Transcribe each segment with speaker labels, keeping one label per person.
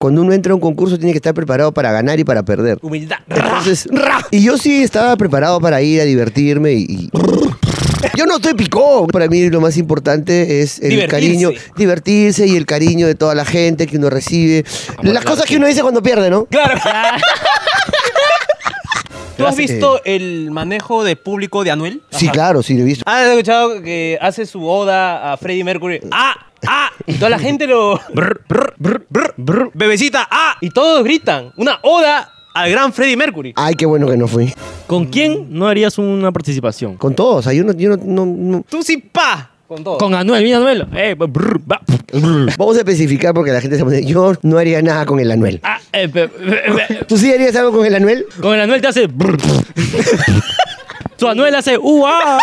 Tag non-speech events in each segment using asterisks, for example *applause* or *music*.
Speaker 1: cuando uno entra a un concurso tiene que estar preparado para ganar y para perder.
Speaker 2: Humildad.
Speaker 1: Entonces, y yo sí estaba preparado para ir a divertirme y... y- Yo no estoy picó. Para mí lo más importante es el
Speaker 2: Divertirse.
Speaker 1: cariño, divertirse y el cariño de toda la gente que uno recibe. Las cosas que uno dice cuando pierde, ¿no?
Speaker 2: *laughs* Claro. ¿Tú has
Speaker 1: Gracias.
Speaker 2: visto el manejo de público de Anuel? Ah,
Speaker 1: Sí, claro, sí, lo he visto.
Speaker 2: ¿Has escuchado que hace su oda a Freddie Mercury? ¡Ah! ¡Ah! Y toda la gente lo. *laughs* Brr, brr, brr, brr, brr. ¡Bebecita! ¡Ah! Y todos gritan. Una oda al gran Freddie Mercury.
Speaker 1: Ay, qué bueno que no fui.
Speaker 3: ¿Con quién no harías una participación?
Speaker 1: Con todos, ahí uno, yo no- no- no-
Speaker 2: ¡Tú sí, pa! Con todo.
Speaker 3: Con Anuel, mira Anuel. Eh, brr, ba, brr.
Speaker 1: Vamos a especificar porque la gente se pone. Yo no haría nada con el Anuel.
Speaker 3: Ah, eh, pe- pe- pe-
Speaker 1: ¿Tú sí harías algo con el Anuel?
Speaker 3: Con el Anuel te hace. brr, brr. Su Anuel hace. Uh, ah.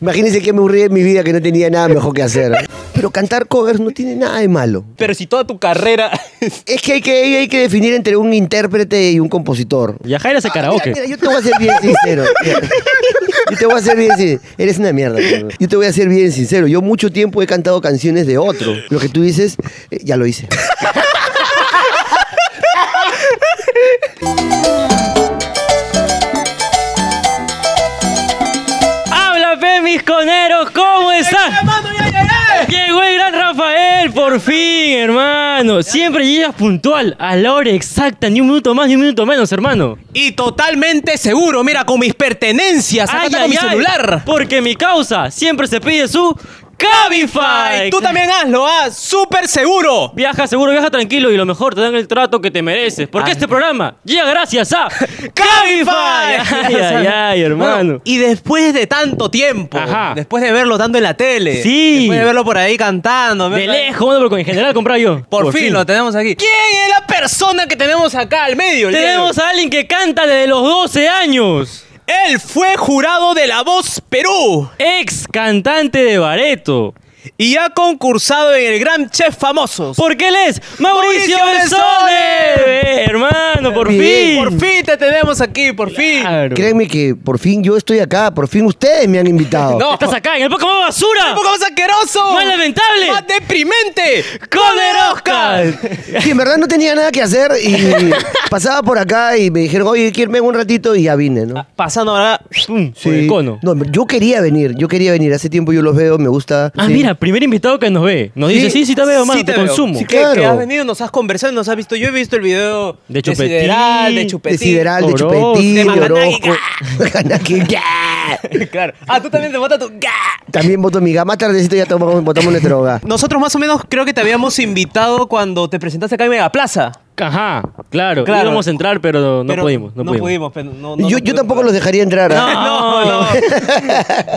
Speaker 1: Imagínense que me aburrí en mi vida que no tenía nada mejor que hacer. Pero cantar covers no tiene nada de malo.
Speaker 2: Pero si toda tu carrera. *laughs*
Speaker 1: Es que hay que, hay que definir entre un intérprete y un compositor.
Speaker 3: Y a Jair hace karaoke.
Speaker 1: Mira, mira, yo te voy a ser bien sincero. Mira. Yo te voy a ser bien sincero. Eres una mierda. pero Yo te voy a ser bien sincero. Yo mucho tiempo he cantado canciones de otro. Lo que tú dices, eh, ya lo hice.
Speaker 3: ¡Habla, pe, mis coneros! ¿Cómo están? Llegó el gran Rafael, por fin, hermano. Siempre llegas puntual, a la hora exacta, ni un minuto más, ni un minuto menos, hermano.
Speaker 2: Y totalmente seguro, mira, con mis pertenencias, acá está con mi celular.
Speaker 3: Porque mi causa siempre se pide su Cabify.
Speaker 2: Ay, tú también hazlo, ah, súper seguro.
Speaker 3: Viaja seguro, viaja tranquilo y lo mejor, te dan el trato que te mereces. Porque este programa llega
Speaker 2: *laughs*
Speaker 3: gracias a *laughs* Ay, ay, ay, hermano.
Speaker 2: Bueno, y después de tanto tiempo,
Speaker 3: Ajá.
Speaker 2: después de verlo dando en la tele,
Speaker 3: Sí.
Speaker 2: después de verlo por ahí cantando,
Speaker 3: De
Speaker 2: verlo-
Speaker 3: lejos, bueno, porque en general compraba yo.
Speaker 2: por, fin, lo tenemos aquí. ¿Quién es la persona que tenemos acá al medio? el día de hoy?
Speaker 3: Tenemos a alguien que canta desde los 12 años.
Speaker 2: Él fue jurado de La Voz Perú
Speaker 3: Ex cantante de Bareto.
Speaker 2: y ha concursado en el Gran Chef Famosos.
Speaker 3: Porque él es Mauricio,
Speaker 2: Mauricio
Speaker 3: Besone. Eh, hermano, por
Speaker 1: Bien.
Speaker 3: fin.
Speaker 2: por fin te tenemos aquí, por fin.
Speaker 3: Claro.
Speaker 1: Créanme que por fin yo estoy acá. Por fin ustedes me han
Speaker 3: *laughs*
Speaker 1: invitado.
Speaker 2: No.
Speaker 3: Estás acá en el Pokémon Basura.
Speaker 2: ¡Un poco más asqueroso!
Speaker 3: ¡Más lamentable!
Speaker 2: ¡Más deprimente!
Speaker 3: ¡Con el
Speaker 2: Oscar!
Speaker 3: Oscar!
Speaker 1: Sí, en verdad no tenía nada que hacer y pasaba por acá y me dijeron, oye, quiero- ven un ratito y ya vine, ¿no?
Speaker 2: Pasando ahora.
Speaker 3: Por el cono.
Speaker 1: No, yo quería venir, yo quería venir. Hace tiempo yo los veo, me gusta.
Speaker 3: Ah,
Speaker 1: Sí.
Speaker 3: mira, primer invitado que nos ve. Nos dice, sí, sí te veo, mano, te,
Speaker 2: veo.
Speaker 3: consumo.
Speaker 1: Sí,
Speaker 2: que, que
Speaker 1: claro.
Speaker 2: has venido, nos has conversado, nos has visto. Yo he visto el video
Speaker 3: De Chupetín.
Speaker 2: Sideral, de Chupetín.
Speaker 1: De Sideral, de
Speaker 3: Orozco.
Speaker 1: Chupetín,
Speaker 2: De
Speaker 1: de
Speaker 2: Macanaki.
Speaker 1: Orozco.
Speaker 2: ¡ah!
Speaker 1: *laughs* Macanaki, ¡ya!
Speaker 2: *laughs* claro. Ah, tú también te botas tu. ¡Gah!
Speaker 1: También voto mi gama, tardecito ya tomamos, votamos nuestra
Speaker 2: *laughs*
Speaker 1: droga.
Speaker 2: Nosotros más o menos creo que te habíamos invitado cuando te presentaste acá en Megaplaza.
Speaker 3: Ajá, claro.
Speaker 2: Claro.
Speaker 3: Íbamos a entrar, pero no
Speaker 2: Pero
Speaker 3: pudimos. No, pudimos.
Speaker 2: pero no, no-
Speaker 1: Yo,
Speaker 2: no
Speaker 1: yo
Speaker 2: pudimos.
Speaker 1: tampoco los dejaría entrar. ¿ah?
Speaker 2: *laughs* No, no, no.
Speaker 1: *laughs*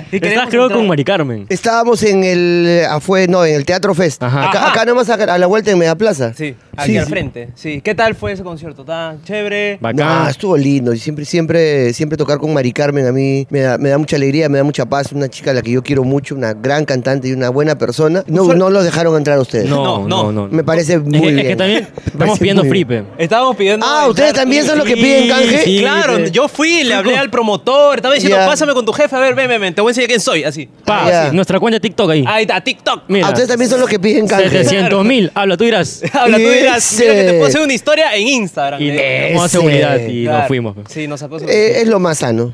Speaker 2: Y queremos
Speaker 3: Estás creo
Speaker 2: entrar.
Speaker 3: con Mari Carmen.
Speaker 1: Estábamos en el afue, no, en el Teatro Fest.
Speaker 3: Ajá.
Speaker 1: Acá,
Speaker 2: Ajá.
Speaker 1: acá nomás a, a la vuelta en Media Plaza.
Speaker 2: Sí, aquí al frente. Sí. ¿Qué tal fue ese concierto? ¿Tan chévere?
Speaker 3: Bacán.
Speaker 1: Ah, estuvo lindo. Y Siempre, siempre, siempre tocar con Mari Carmen a mí me da, me da mucha alegría, me da mucha paz. Una chica a la que yo quiero mucho, una gran cantante y una buena persona. No, no los dejaron entrar a ustedes.
Speaker 3: no,
Speaker 2: No,
Speaker 3: no,
Speaker 2: no.
Speaker 3: no.
Speaker 1: Me parece muy
Speaker 3: es, que,
Speaker 1: bien.
Speaker 3: es que también
Speaker 1: Me
Speaker 3: estamos
Speaker 1: parece
Speaker 3: pidiendo pues,
Speaker 1: muy bien.
Speaker 3: fripe.
Speaker 2: Estábamos pidiendo.
Speaker 1: Ah, ¿ustedes
Speaker 2: entrar-
Speaker 1: también son los que piden canje?
Speaker 3: Sí,
Speaker 2: claro,
Speaker 3: sí.
Speaker 2: yo fui y le hablé al promotor. Estaba diciendo,
Speaker 1: Ya.
Speaker 2: pásame con tu jefe, a ver, ven, ven, ven, te voy a enseñar quién soy. Así.
Speaker 3: Pa,
Speaker 1: Ah, ya.
Speaker 3: sí, nuestra cuenta de TikTok ahí. *laughs*
Speaker 2: Ahí está, TikTok.
Speaker 3: Mira.
Speaker 1: Ah, ustedes también son los que piden canje.
Speaker 3: 700 mil. Habla, tú dirás.
Speaker 2: *laughs* Habla tú dirás, mira que te
Speaker 1: Ese.
Speaker 2: puedo hacer una historia en Instagram.
Speaker 3: Y
Speaker 2: Eh,
Speaker 3: le a
Speaker 1: Ese.
Speaker 3: seguridad y
Speaker 2: claro.
Speaker 3: nos fuimos. pues. pe.
Speaker 2: Sí, nos sacó su-
Speaker 1: Eh, es lo más sano.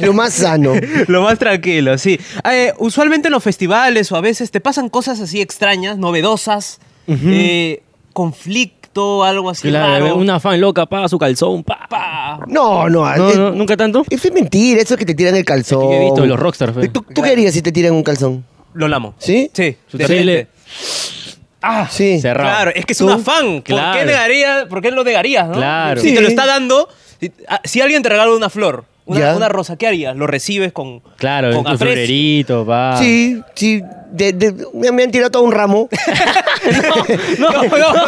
Speaker 1: lo más sano.
Speaker 2: *laughs* Lo más tranquilo, sí. Eh, usualmente en los festivales o a veces te pasan cosas así extrañas, novedosas, eh, conflicto, algo así.
Speaker 3: Claro,
Speaker 2: raro.
Speaker 3: una fan loca, pa, su calzón, pa.
Speaker 2: Pa.
Speaker 1: No, no.
Speaker 3: No,
Speaker 1: eh, oh.
Speaker 3: no, nunca tanto.
Speaker 1: Eso es mentira, eso es que te tiran el calzón.
Speaker 3: Yo he visto los rockstars. pues. fe.
Speaker 1: ¿Tú, tú qué harías si te tiran un calzón?
Speaker 2: Lo lamo.
Speaker 1: ¿Sí?
Speaker 2: Sí,
Speaker 3: Su terrible.
Speaker 2: definitivamente.
Speaker 1: Ah, sí.
Speaker 3: Cerrado.
Speaker 2: Claro, es que es
Speaker 3: ¿Tú?
Speaker 2: un afán. ¿Por,
Speaker 3: Claro.
Speaker 2: qué negaría, ¿Por qué lo negarías? no?
Speaker 3: Claro.
Speaker 2: Si
Speaker 1: Sí.
Speaker 2: te lo está dando, si, ah, si alguien te regala una flor, una,
Speaker 1: Ya.
Speaker 2: una rosa, ¿qué harías? ¿Lo recibes con,
Speaker 3: Claro,
Speaker 2: con
Speaker 3: tu
Speaker 2: aprecio?
Speaker 3: florerito, pa.
Speaker 1: Sí, sí. de- de- me, me han tirado todo un
Speaker 3: *laughs*
Speaker 1: ramo.
Speaker 2: *laughs* No, no, no.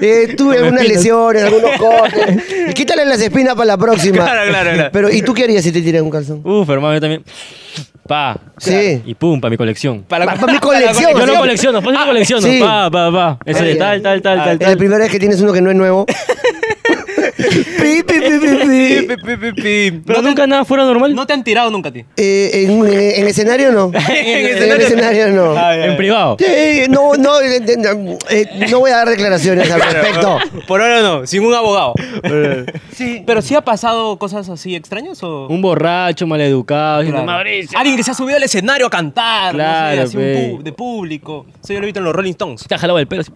Speaker 1: Eh, tuve algunas lesiones, algunos
Speaker 3: *laughs*
Speaker 1: cortes. Quítale las espinas para la próxima.
Speaker 2: Claro, claro, claro.
Speaker 1: Pero, ¿y tú qué harías si te tiran un calzón?
Speaker 3: Uf, hermano, yo también. Pa.
Speaker 1: Sí.
Speaker 3: Y pum, pa mi colección.
Speaker 2: *laughs* Para,
Speaker 1: Para mi colección,
Speaker 3: Yo
Speaker 1: sí.
Speaker 3: lo colecciono, pues yo lo colecciono.
Speaker 1: sí.
Speaker 3: Pa, pa, pa. Ese de
Speaker 1: Ah,
Speaker 3: tal, tal, tal,
Speaker 1: Ah,
Speaker 3: tal,
Speaker 1: La
Speaker 3: tal. *laughs*
Speaker 1: primera vez que tienes uno que no es nuevo. *laughs* Pi, pi, pi, pi, pi.
Speaker 2: Pi, pi, pi, *laughs* pi.
Speaker 3: Pero
Speaker 2: No te-
Speaker 3: nunca nada fuera normal.
Speaker 2: No te han tirado nunca a *laughs* ti.
Speaker 1: Eh, en, en- en escenario no. *laughs*
Speaker 2: En
Speaker 1: en el escenario no.
Speaker 2: Ah, ya, ya.
Speaker 3: en privado.
Speaker 1: Sí, no, no, eh, eh, eh, no voy a dar declaraciones al respecto.
Speaker 2: Por ahora no, sin un abogado. sí, pero sí ha pasado cosas así extrañas o.
Speaker 3: Un borracho, maleducado. diciendo,
Speaker 2: Claro.
Speaker 3: Mauricio.
Speaker 2: Alguien que se ha subido al escenario a cantar,
Speaker 3: Claro,
Speaker 2: no sé, así un
Speaker 3: pe.
Speaker 2: pu- de público. Eso yo lo he visto en los Rolling Stones.
Speaker 3: Te ha jalado el pelo. así.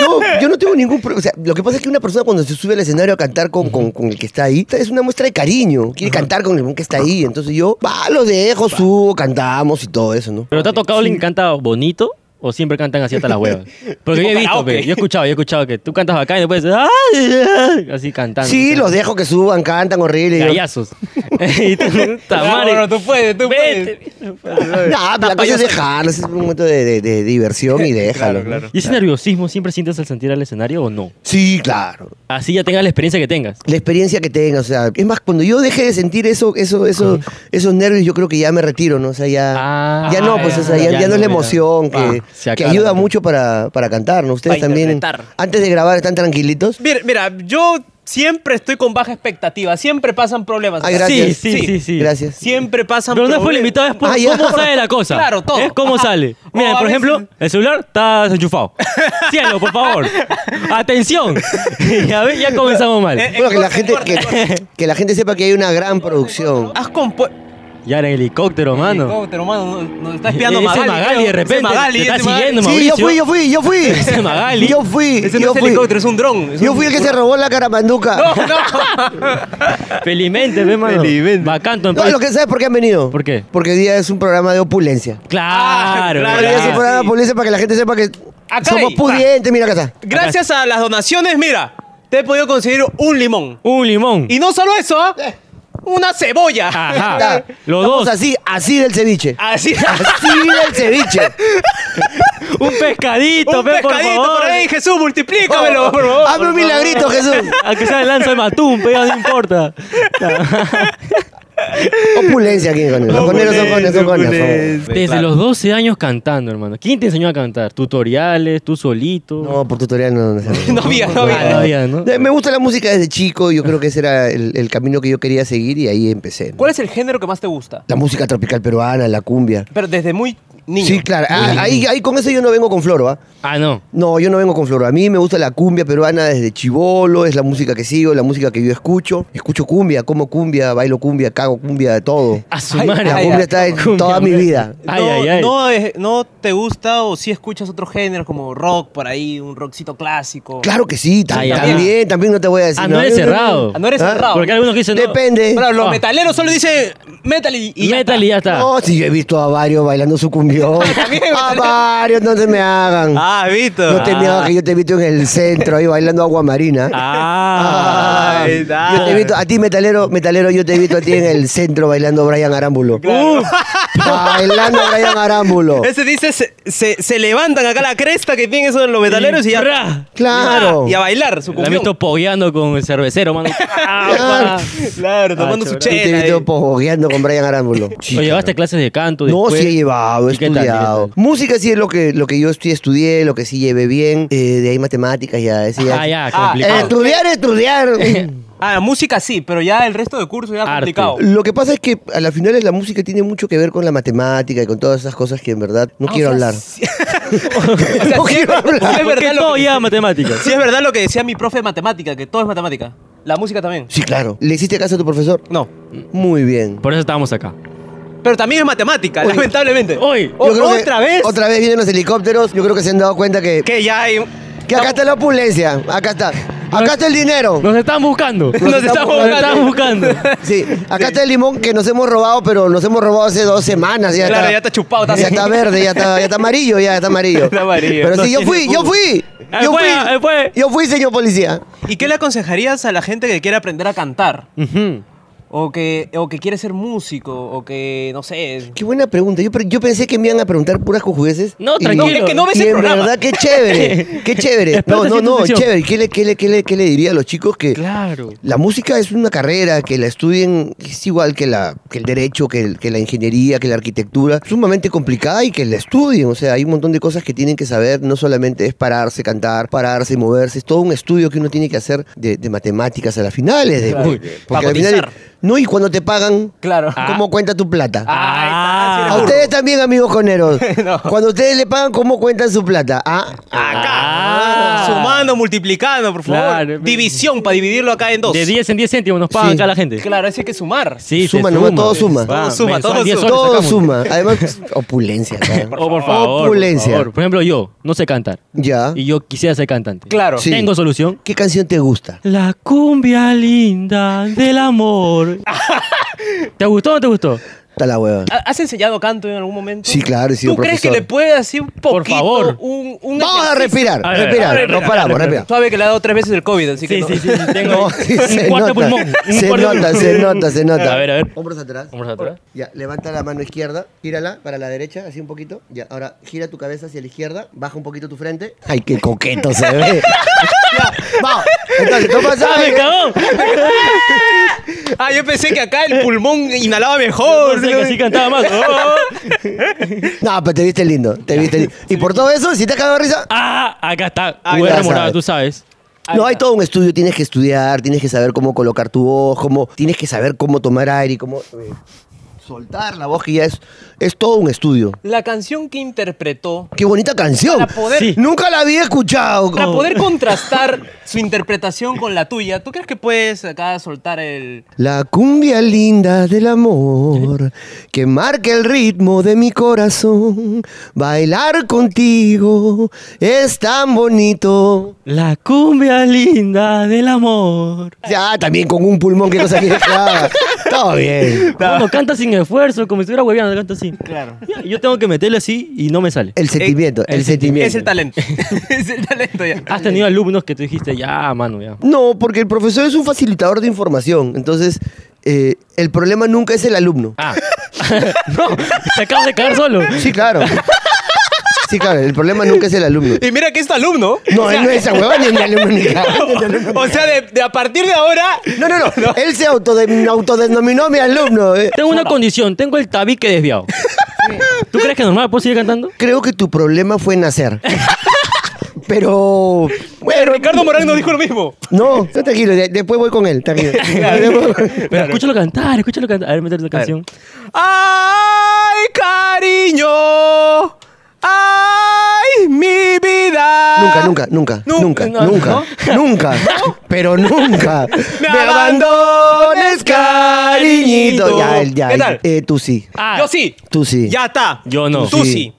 Speaker 1: Yo, yo no tengo ningún problema. O sea, lo que pasa es que una persona cuando se sube al escenario a cantar con, con- con el que está ahí, es una muestra de cariño. Quiere cantar con el que está ahí. Entonces yo, va, lo dejo, subo, cantamos y todo eso, ¿no?
Speaker 3: Pero te ha tocado alguien que canta bonito. ¿O siempre cantan así hasta las huevas? Porque yo he visto,
Speaker 2: karaoke.
Speaker 3: pe, yo he escuchado, yo he escuchado que tú cantas bacán y después... ¡ay! Así cantando.
Speaker 1: Sí,
Speaker 3: los
Speaker 1: los dejo que suban, cantan horrible. y yo-
Speaker 3: Gallazos. *laughs* y tú, puta madre.
Speaker 2: Bueno, tú puedes, tú puedes.
Speaker 3: Vete.
Speaker 1: Nah, la cosa es dejarlos, es un momento de, de- de diversión *laughs* y déjalo. ¿no?
Speaker 3: *laughs* ¿Y ese nerviosismo siempre sientes al sentir al escenario o no?
Speaker 1: Sí, claro.
Speaker 3: Así ya tengas la experiencia que tengas.
Speaker 1: La experiencia que tenga, o sea, es más, cuando yo deje de sentir eso, eso, eso, esos nervios, yo creo que ya me retiro, ¿no? O sea, ya,
Speaker 3: Ah,
Speaker 1: ya no, pues, o sea, ya,
Speaker 3: ya
Speaker 1: ya no es la
Speaker 3: no, ya.
Speaker 1: emoción que,
Speaker 3: Ah, se
Speaker 1: que
Speaker 3: acaba.
Speaker 1: ayuda mucho para, para cantar, ¿no? Ustedes
Speaker 2: Para
Speaker 1: también,
Speaker 2: interpretar.
Speaker 1: antes de grabar, están tranquilitos.
Speaker 2: Mira, mira, yo siempre estoy con baja expectativa. Siempre pasan problemas.
Speaker 1: Ay, gracias.
Speaker 3: Sí, sí, sí, sí.
Speaker 1: Gracias.
Speaker 2: Siempre pasan
Speaker 3: Pero no es por el
Speaker 2: problemas.
Speaker 3: invitado, es por
Speaker 1: Ah, ya.
Speaker 3: cómo sale la cosa.
Speaker 2: Claro, todo.
Speaker 3: Es cómo
Speaker 2: Ajá.
Speaker 3: sale. Mira,
Speaker 2: O a
Speaker 3: por ejemplo,
Speaker 2: veces-
Speaker 3: el celular está
Speaker 2: *laughs*
Speaker 3: desenchufado. Cielo, por favor. Atención. ya, ve, ya comenzamos
Speaker 2: Eh,
Speaker 3: mal.
Speaker 2: eh.
Speaker 1: Bueno, que la,
Speaker 2: corte,
Speaker 1: gente,
Speaker 2: corte,
Speaker 1: que, que la gente sepa que hay una gran producción.
Speaker 3: Ah,
Speaker 2: Has compuesto.
Speaker 3: Ya era en helicóptero, mano.
Speaker 2: Helicóptero, mano, nos, nos está espiando
Speaker 3: Ah, E-, Ese
Speaker 2: Magali.
Speaker 3: Magali,
Speaker 2: creo.
Speaker 3: de repente,
Speaker 2: Ese Magali,
Speaker 3: te está
Speaker 2: ese Magali.
Speaker 3: siguiendo,
Speaker 1: Sí,
Speaker 3: Mauricio.
Speaker 1: yo fui, yo fui, yo fui.
Speaker 3: *laughs* Ese Magali.
Speaker 1: Yo fui,
Speaker 2: Ese no
Speaker 1: yo
Speaker 2: es
Speaker 1: fui.
Speaker 2: helicóptero, es un dron. es
Speaker 1: Yo
Speaker 2: un-
Speaker 1: fui el que se robó la caramanduca.
Speaker 2: *laughs* No,
Speaker 3: *laughs*
Speaker 2: no.
Speaker 3: Felizmente, ve, mano.
Speaker 2: Felizmente.
Speaker 3: Bacanto.
Speaker 1: No, lo que sabes por qué han venido.
Speaker 3: ¿Por qué?
Speaker 1: Porque hoy día es un programa de opulencia.
Speaker 3: Claro,
Speaker 2: Ah,
Speaker 1: Hoy
Speaker 2: claro,
Speaker 1: día es un
Speaker 2: sí. Ah,
Speaker 1: programa de opulencia para que la gente sepa que
Speaker 2: Acá
Speaker 1: somos
Speaker 2: hay,
Speaker 1: pudientes. Mira acá está.
Speaker 2: Gracias a las donaciones, mira, te he podido conseguir un limón.
Speaker 3: Un limón.
Speaker 2: Y no solo eso, ¿ah? una cebolla.
Speaker 3: Ajá.
Speaker 1: Está.
Speaker 3: Los
Speaker 1: Estamos
Speaker 3: dos.
Speaker 1: así, así del ceviche.
Speaker 2: *laughs* Así.
Speaker 1: Así del
Speaker 2: *laughs*
Speaker 1: ceviche.
Speaker 3: Un pescadito,
Speaker 2: un
Speaker 3: ve, por
Speaker 2: pescadito por,
Speaker 3: favor. Oh,
Speaker 2: ahí, Jesús, multiplícamelo, por favor.
Speaker 1: Hazme un milagrito, Jesús.
Speaker 3: A que sea el lanza de Matún, pero ya no importa.
Speaker 1: Opulencia aquí en Conero. Los coneros son coneros,
Speaker 2: este,
Speaker 1: son coneros. por favor.
Speaker 3: Desde los 12 años cantando, hermano. ¿Quién te enseñó a cantar? ¿Tutoriales? ¿Tú solito?
Speaker 1: No, por tutorial no. no, se
Speaker 2: *laughs* No
Speaker 1: hace.
Speaker 2: había, no
Speaker 3: Ah, no
Speaker 2: había.
Speaker 3: había, ¿no?
Speaker 1: Me gusta la música desde chico. Yo creo que ese era el, el camino que yo quería seguir y ahí empecé. ¿no?
Speaker 2: ¿Cuál es el género que más te gusta?
Speaker 1: La música tropical peruana, la cumbia.
Speaker 2: Pero desde muy niño.
Speaker 1: Sí, claro. Ah, ahí, ahí con eso yo no vengo con floro, ¿ah?
Speaker 3: Ah, no.
Speaker 1: No, yo no vengo con flor. A mí me gusta la cumbia peruana desde chivolo, es la música que sigo, la música que yo escucho. Escucho cumbia, como cumbia, bailo cumbia, cago cumbia, todo.
Speaker 3: A su
Speaker 2: Ay,
Speaker 3: madre.
Speaker 1: la
Speaker 2: ay,
Speaker 1: cumbia
Speaker 2: ay.
Speaker 1: está en
Speaker 3: Cumbia,
Speaker 1: toda mi
Speaker 3: hombre.
Speaker 1: vida.
Speaker 2: No,
Speaker 3: Ay, ay, ay.
Speaker 2: No, eh, no te gusta o si escuchas otros géneros como rock por ahí, un rockcito clásico.
Speaker 1: Claro que sí, tam-
Speaker 3: Ay, ay,
Speaker 1: también, también no te voy a decir.
Speaker 3: Ah, no eres
Speaker 1: Yo- yo-
Speaker 3: cerrado.
Speaker 2: Ah, No eres
Speaker 1: ¿Ah?
Speaker 2: cerrado.
Speaker 3: Porque algunos que dicen. no,
Speaker 1: Depende.
Speaker 2: Pero los
Speaker 3: Ah.
Speaker 2: metaleros solo dicen metal y, y ya
Speaker 3: metal y ya está. Ah,
Speaker 1: No, si yo he visto a varios bailando su
Speaker 3: *laughs*
Speaker 1: cumbión.
Speaker 2: También,
Speaker 1: a
Speaker 2: ¿verdad?
Speaker 1: varios, no se me hagan.
Speaker 2: Ah, Vito.
Speaker 1: No te me hagas que yo te he visto en el centro ahí bailando agua marina.
Speaker 3: Ah.
Speaker 2: Ay,
Speaker 1: Yo te he visto- a ti, metalero, metalero, yo te he visto a ti en el centro bailando Brian Arámbulo.
Speaker 2: Claro.
Speaker 1: Bailando Brian
Speaker 3: *laughs*
Speaker 1: Arámbulo.
Speaker 2: Ese dice, se, se- se levantan acá la cresta que tienen esos los metaleros y, ya.
Speaker 3: ra.
Speaker 1: Claro.
Speaker 2: Y a bailar su
Speaker 3: La he
Speaker 2: cumbión.
Speaker 3: visto pogueando con el cervecero, mano. Ah,
Speaker 1: Claro.
Speaker 3: pa.
Speaker 2: Claro, tomando
Speaker 3: Ah,
Speaker 2: su
Speaker 3: chévere.
Speaker 1: Y te he
Speaker 2: chela.
Speaker 1: visto
Speaker 2: eh.
Speaker 1: pogogueando con Brian Arámbulo.
Speaker 3: ¿O llevaste clases de canto?
Speaker 1: No,
Speaker 3: después?
Speaker 1: sí he llevado, he
Speaker 3: ¿Y qué tal? ¿Y qué
Speaker 1: estudiado.
Speaker 3: tal?
Speaker 1: Música sí es lo que, lo que yo sí estudié, lo que sí llevé bien. Eh, de ahí matemáticas ya. ese
Speaker 3: Ah, ya,
Speaker 2: Ah,
Speaker 1: Eh,
Speaker 3: complicado.
Speaker 1: estudiar, estudiar.
Speaker 2: Ah, música sí, pero ya el resto de curso ya
Speaker 3: Arte.
Speaker 2: complicado.
Speaker 1: lo que pasa es que a las finales la música tiene mucho que ver con la matemática y con todas esas cosas que en verdad no
Speaker 2: Ah, o
Speaker 1: quiero
Speaker 2: sea,
Speaker 1: hablar.
Speaker 2: sí- o
Speaker 1: *laughs*
Speaker 2: sea,
Speaker 1: No
Speaker 2: sí-
Speaker 1: quiero hablar.
Speaker 2: sí es
Speaker 3: Porque
Speaker 2: verdad lo
Speaker 3: todo
Speaker 2: que-
Speaker 3: lleva matemáticas.
Speaker 2: sí es verdad lo que decía mi profe de matemática, que todo es matemática. La música también.
Speaker 1: Sí, claro. ¿Le hiciste caso a tu profesor?
Speaker 2: No.
Speaker 1: Muy bien.
Speaker 3: Por eso estábamos acá.
Speaker 2: Pero también es matemática,
Speaker 1: Oye.
Speaker 2: lamentablemente.
Speaker 3: Oye,
Speaker 2: O-
Speaker 1: Yo creo que-
Speaker 2: ¿Otra vez?
Speaker 1: Otra vez vienen los helicópteros. Yo creo que se han dado cuenta que,
Speaker 2: Que ya hay...
Speaker 1: que acá está la opulencia. Acá está. Acá está el dinero.
Speaker 3: Nos están buscando.
Speaker 2: Nos están
Speaker 3: Nos están buscando.
Speaker 1: Sí, acá está el limón que nos hemos robado, pero nos hemos robado hace dos semanas. Ya
Speaker 2: Claro,
Speaker 1: está,
Speaker 2: ya está chupado, está-
Speaker 1: ya está
Speaker 2: *laughs*
Speaker 1: verde, ya está, ya está amarillo, ya está amarillo.
Speaker 2: Está amarillo.
Speaker 1: Pero sí,
Speaker 2: No Ah,
Speaker 1: yo fui, yo fui.
Speaker 3: Ahí
Speaker 1: Yo
Speaker 3: fue,
Speaker 1: fui,
Speaker 3: ahí fue.
Speaker 1: yo fui, señor policía.
Speaker 2: ¿Y qué le aconsejarías a la gente que quiere aprender a cantar?
Speaker 3: Ujú.
Speaker 2: O que, o que quiere ser músico, o que, no sé.
Speaker 1: Qué buena pregunta. Yo, pre- yo pensé que me iban a preguntar puras cojudeces.
Speaker 3: No,
Speaker 1: y-
Speaker 3: tranquilo.
Speaker 2: No, es que no ves
Speaker 1: y
Speaker 2: el
Speaker 1: en
Speaker 2: programa.
Speaker 1: verdad, qué chévere. Qué
Speaker 2: *laughs*
Speaker 1: chévere. No,
Speaker 3: Expertos
Speaker 1: no,
Speaker 3: en tu
Speaker 1: no,
Speaker 3: sección.
Speaker 1: chévere. ¿Qué le, qué, le, qué, le, qué le diría a los chicos que
Speaker 3: Claro.
Speaker 1: la música es una carrera, que la estudien es igual que, la, que el derecho, que, el- que la ingeniería, que la arquitectura? Sumamente complicada y que la estudien. O sea, hay un montón de cosas que tienen que saber. No solamente es pararse, cantar, pararse, y moverse. Es todo un estudio que uno tiene que hacer de, de matemáticas a las finales. De,
Speaker 2: Claro.
Speaker 1: porque
Speaker 2: Para
Speaker 1: al final,
Speaker 2: cotizar.
Speaker 1: no, y cuando te pagan,
Speaker 2: Claro.
Speaker 1: ¿cómo cuenta tu plata?
Speaker 2: Ah,
Speaker 3: Ah.
Speaker 1: A
Speaker 2: ahí está, sí eres
Speaker 1: ustedes también, amigos coneros.
Speaker 2: No.
Speaker 1: Cuando ustedes le pagan, ¿cómo cuentan su plata? Ah,
Speaker 3: Ah.
Speaker 2: burro. Sumando, multiplicando, por favor.
Speaker 3: Claro, pero-
Speaker 2: División, para dividirlo acá en dos.
Speaker 3: De 10 en 10 céntimos nos pagan
Speaker 1: Sí.
Speaker 3: acá la gente.
Speaker 2: Claro, así hay que sumar.
Speaker 3: Sí,
Speaker 1: Suma,
Speaker 3: se
Speaker 1: nomás todo suma.
Speaker 3: Va,
Speaker 2: Todo suma,
Speaker 3: mensual,
Speaker 2: todo
Speaker 3: 10
Speaker 2: suma.
Speaker 3: soles
Speaker 1: todo
Speaker 3: sacamos.
Speaker 1: suma. Además, opulencia. cara.
Speaker 3: Oh, por favor.
Speaker 1: Opulencia.
Speaker 3: Por, favor. Por ejemplo, yo no sé cantar.
Speaker 1: Ya.
Speaker 3: Y yo quisiera ser cantante.
Speaker 2: Claro.
Speaker 1: Sí.
Speaker 3: Tengo solución.
Speaker 1: ¿Qué canción te gusta?
Speaker 3: La cumbia linda del amor. ¿Te gustó o no te gustó?
Speaker 1: Está la hueva.
Speaker 2: ¿Ha- ¿Has enseñado canto en algún momento?
Speaker 1: Sí, claro, he sido
Speaker 2: ¿Tú crees que
Speaker 1: profesor.
Speaker 2: le puedes decir un poquito?
Speaker 3: favor.
Speaker 2: Un, un
Speaker 1: Vamos a
Speaker 2: ejercicio?
Speaker 1: respirar,
Speaker 3: A ver,
Speaker 1: respirar.
Speaker 3: a ver,
Speaker 1: Nos
Speaker 3: a ver,
Speaker 1: paramos,
Speaker 3: a ver.
Speaker 1: respira.
Speaker 2: Suave que le ha dado tres veces el COVID, así que
Speaker 3: Sí,
Speaker 2: no.
Speaker 3: sí, sí, sí, tengo
Speaker 1: No,
Speaker 3: ahí.
Speaker 1: sí, *laughs* se
Speaker 3: un cuarto
Speaker 1: nota.
Speaker 3: pulmón. un
Speaker 1: se
Speaker 3: cuarto
Speaker 1: nota,
Speaker 3: pulmón.
Speaker 1: se nota, se nota.
Speaker 3: A ver, a ver.
Speaker 1: Hombros atrás.
Speaker 3: Vamos atrás.
Speaker 1: Ya, levanta la mano izquierda, gírala para la derecha, así un poquito. Ya, ahora gira tu cabeza hacia la izquierda, baja un poquito tu frente. Ay, qué coqueto se ve. *laughs* ya, vamos. Entonces, tú
Speaker 3: ¡Ah, me
Speaker 1: pasabas.
Speaker 3: cagó!
Speaker 2: *laughs* Ah, yo pensé que acá el pulmón inhalaba mejor.
Speaker 3: Pensé que sí cantaba más. Oh.
Speaker 1: No, pero te viste lindo, te viste lindo. Y por todo eso, si te has cagado de risa,
Speaker 3: ¡Ah! Acá está.
Speaker 2: Ahí
Speaker 3: QR
Speaker 1: está,
Speaker 3: morada,
Speaker 1: sabe.
Speaker 3: tú sabes.
Speaker 2: Ahí
Speaker 1: no hay
Speaker 2: está.
Speaker 1: todo un estudio, tienes que estudiar, tienes que saber cómo colocar tu voz, cómo, tienes que saber cómo tomar aire y cómo eh, soltar la voz, que ya es, es todo un estudio.
Speaker 2: La canción que interpretó,
Speaker 1: Qué bonita canción.
Speaker 2: Para poder- Sí.
Speaker 1: Nunca la había escuchado.
Speaker 2: para poder contrastar su interpretación con la tuya, ¿tú crees que puedes acá soltar el...
Speaker 1: La cumbia linda del amor, que marca el ritmo de mi corazón. Bailar contigo es tan bonito.
Speaker 3: La cumbia linda del amor.
Speaker 1: Ya, también con un pulmón, qué cosa quieres que *laughs* haga. Todo bien.
Speaker 3: Uno canta sin esfuerzo, como si estuviera hueviando, canta así.
Speaker 2: Claro.
Speaker 3: Ya, Yo tengo que meterle así y no me sale.
Speaker 2: Eh,
Speaker 1: El sentimiento, el,
Speaker 3: el
Speaker 1: sentimiento.
Speaker 2: Es el talento. *laughs* es el talento ya.
Speaker 3: Has tenido alumnos que tú dijiste, ya, mano, ya.
Speaker 1: No, porque el profesor es un facilitador de información. Entonces, eh, el problema nunca es el alumno.
Speaker 3: Ah. *laughs* no, te acabas de cagar solo.
Speaker 1: Sí, claro. Sí, claro, el problema nunca es el alumno.
Speaker 2: Y mira que es tu
Speaker 3: *laughs*
Speaker 2: alumno.
Speaker 1: No, él no es esa hueva ni mi alumno ni *laughs* cagando.
Speaker 2: O sea, de, de a partir de ahora...
Speaker 1: No, no, no. Él se autode- autodenominó mi alumno. eh.
Speaker 3: Tengo una condición, tengo el tabique desviado. ¿Tú crees que normal puedo seguir cantando?
Speaker 1: Creo que tu problema fue nacer. Pero. Bueno.
Speaker 2: Ricardo Morán nos dijo lo mismo.
Speaker 1: No, no, tranquilo, de- después voy con él, *laughs* tranquilo.
Speaker 3: Pero escúchalo cantar, escúchalo cantar. A ver, meter la canción.
Speaker 2: Ay, cariño. Ay, mi vida.
Speaker 1: Nunca, nunca, nunca,
Speaker 2: Nu-
Speaker 1: nunca,
Speaker 2: no,
Speaker 1: nunca, nunca, pero nunca.
Speaker 2: Me
Speaker 1: abandones,
Speaker 2: cariñito.
Speaker 1: Ya, él, ya.
Speaker 2: ¿Qué tal?
Speaker 1: eh, tú sí.
Speaker 3: Ah,
Speaker 2: Yo sí.
Speaker 1: Tú sí.
Speaker 2: Ya está.
Speaker 3: Yo no.
Speaker 2: Tú
Speaker 1: Sí.
Speaker 2: sí.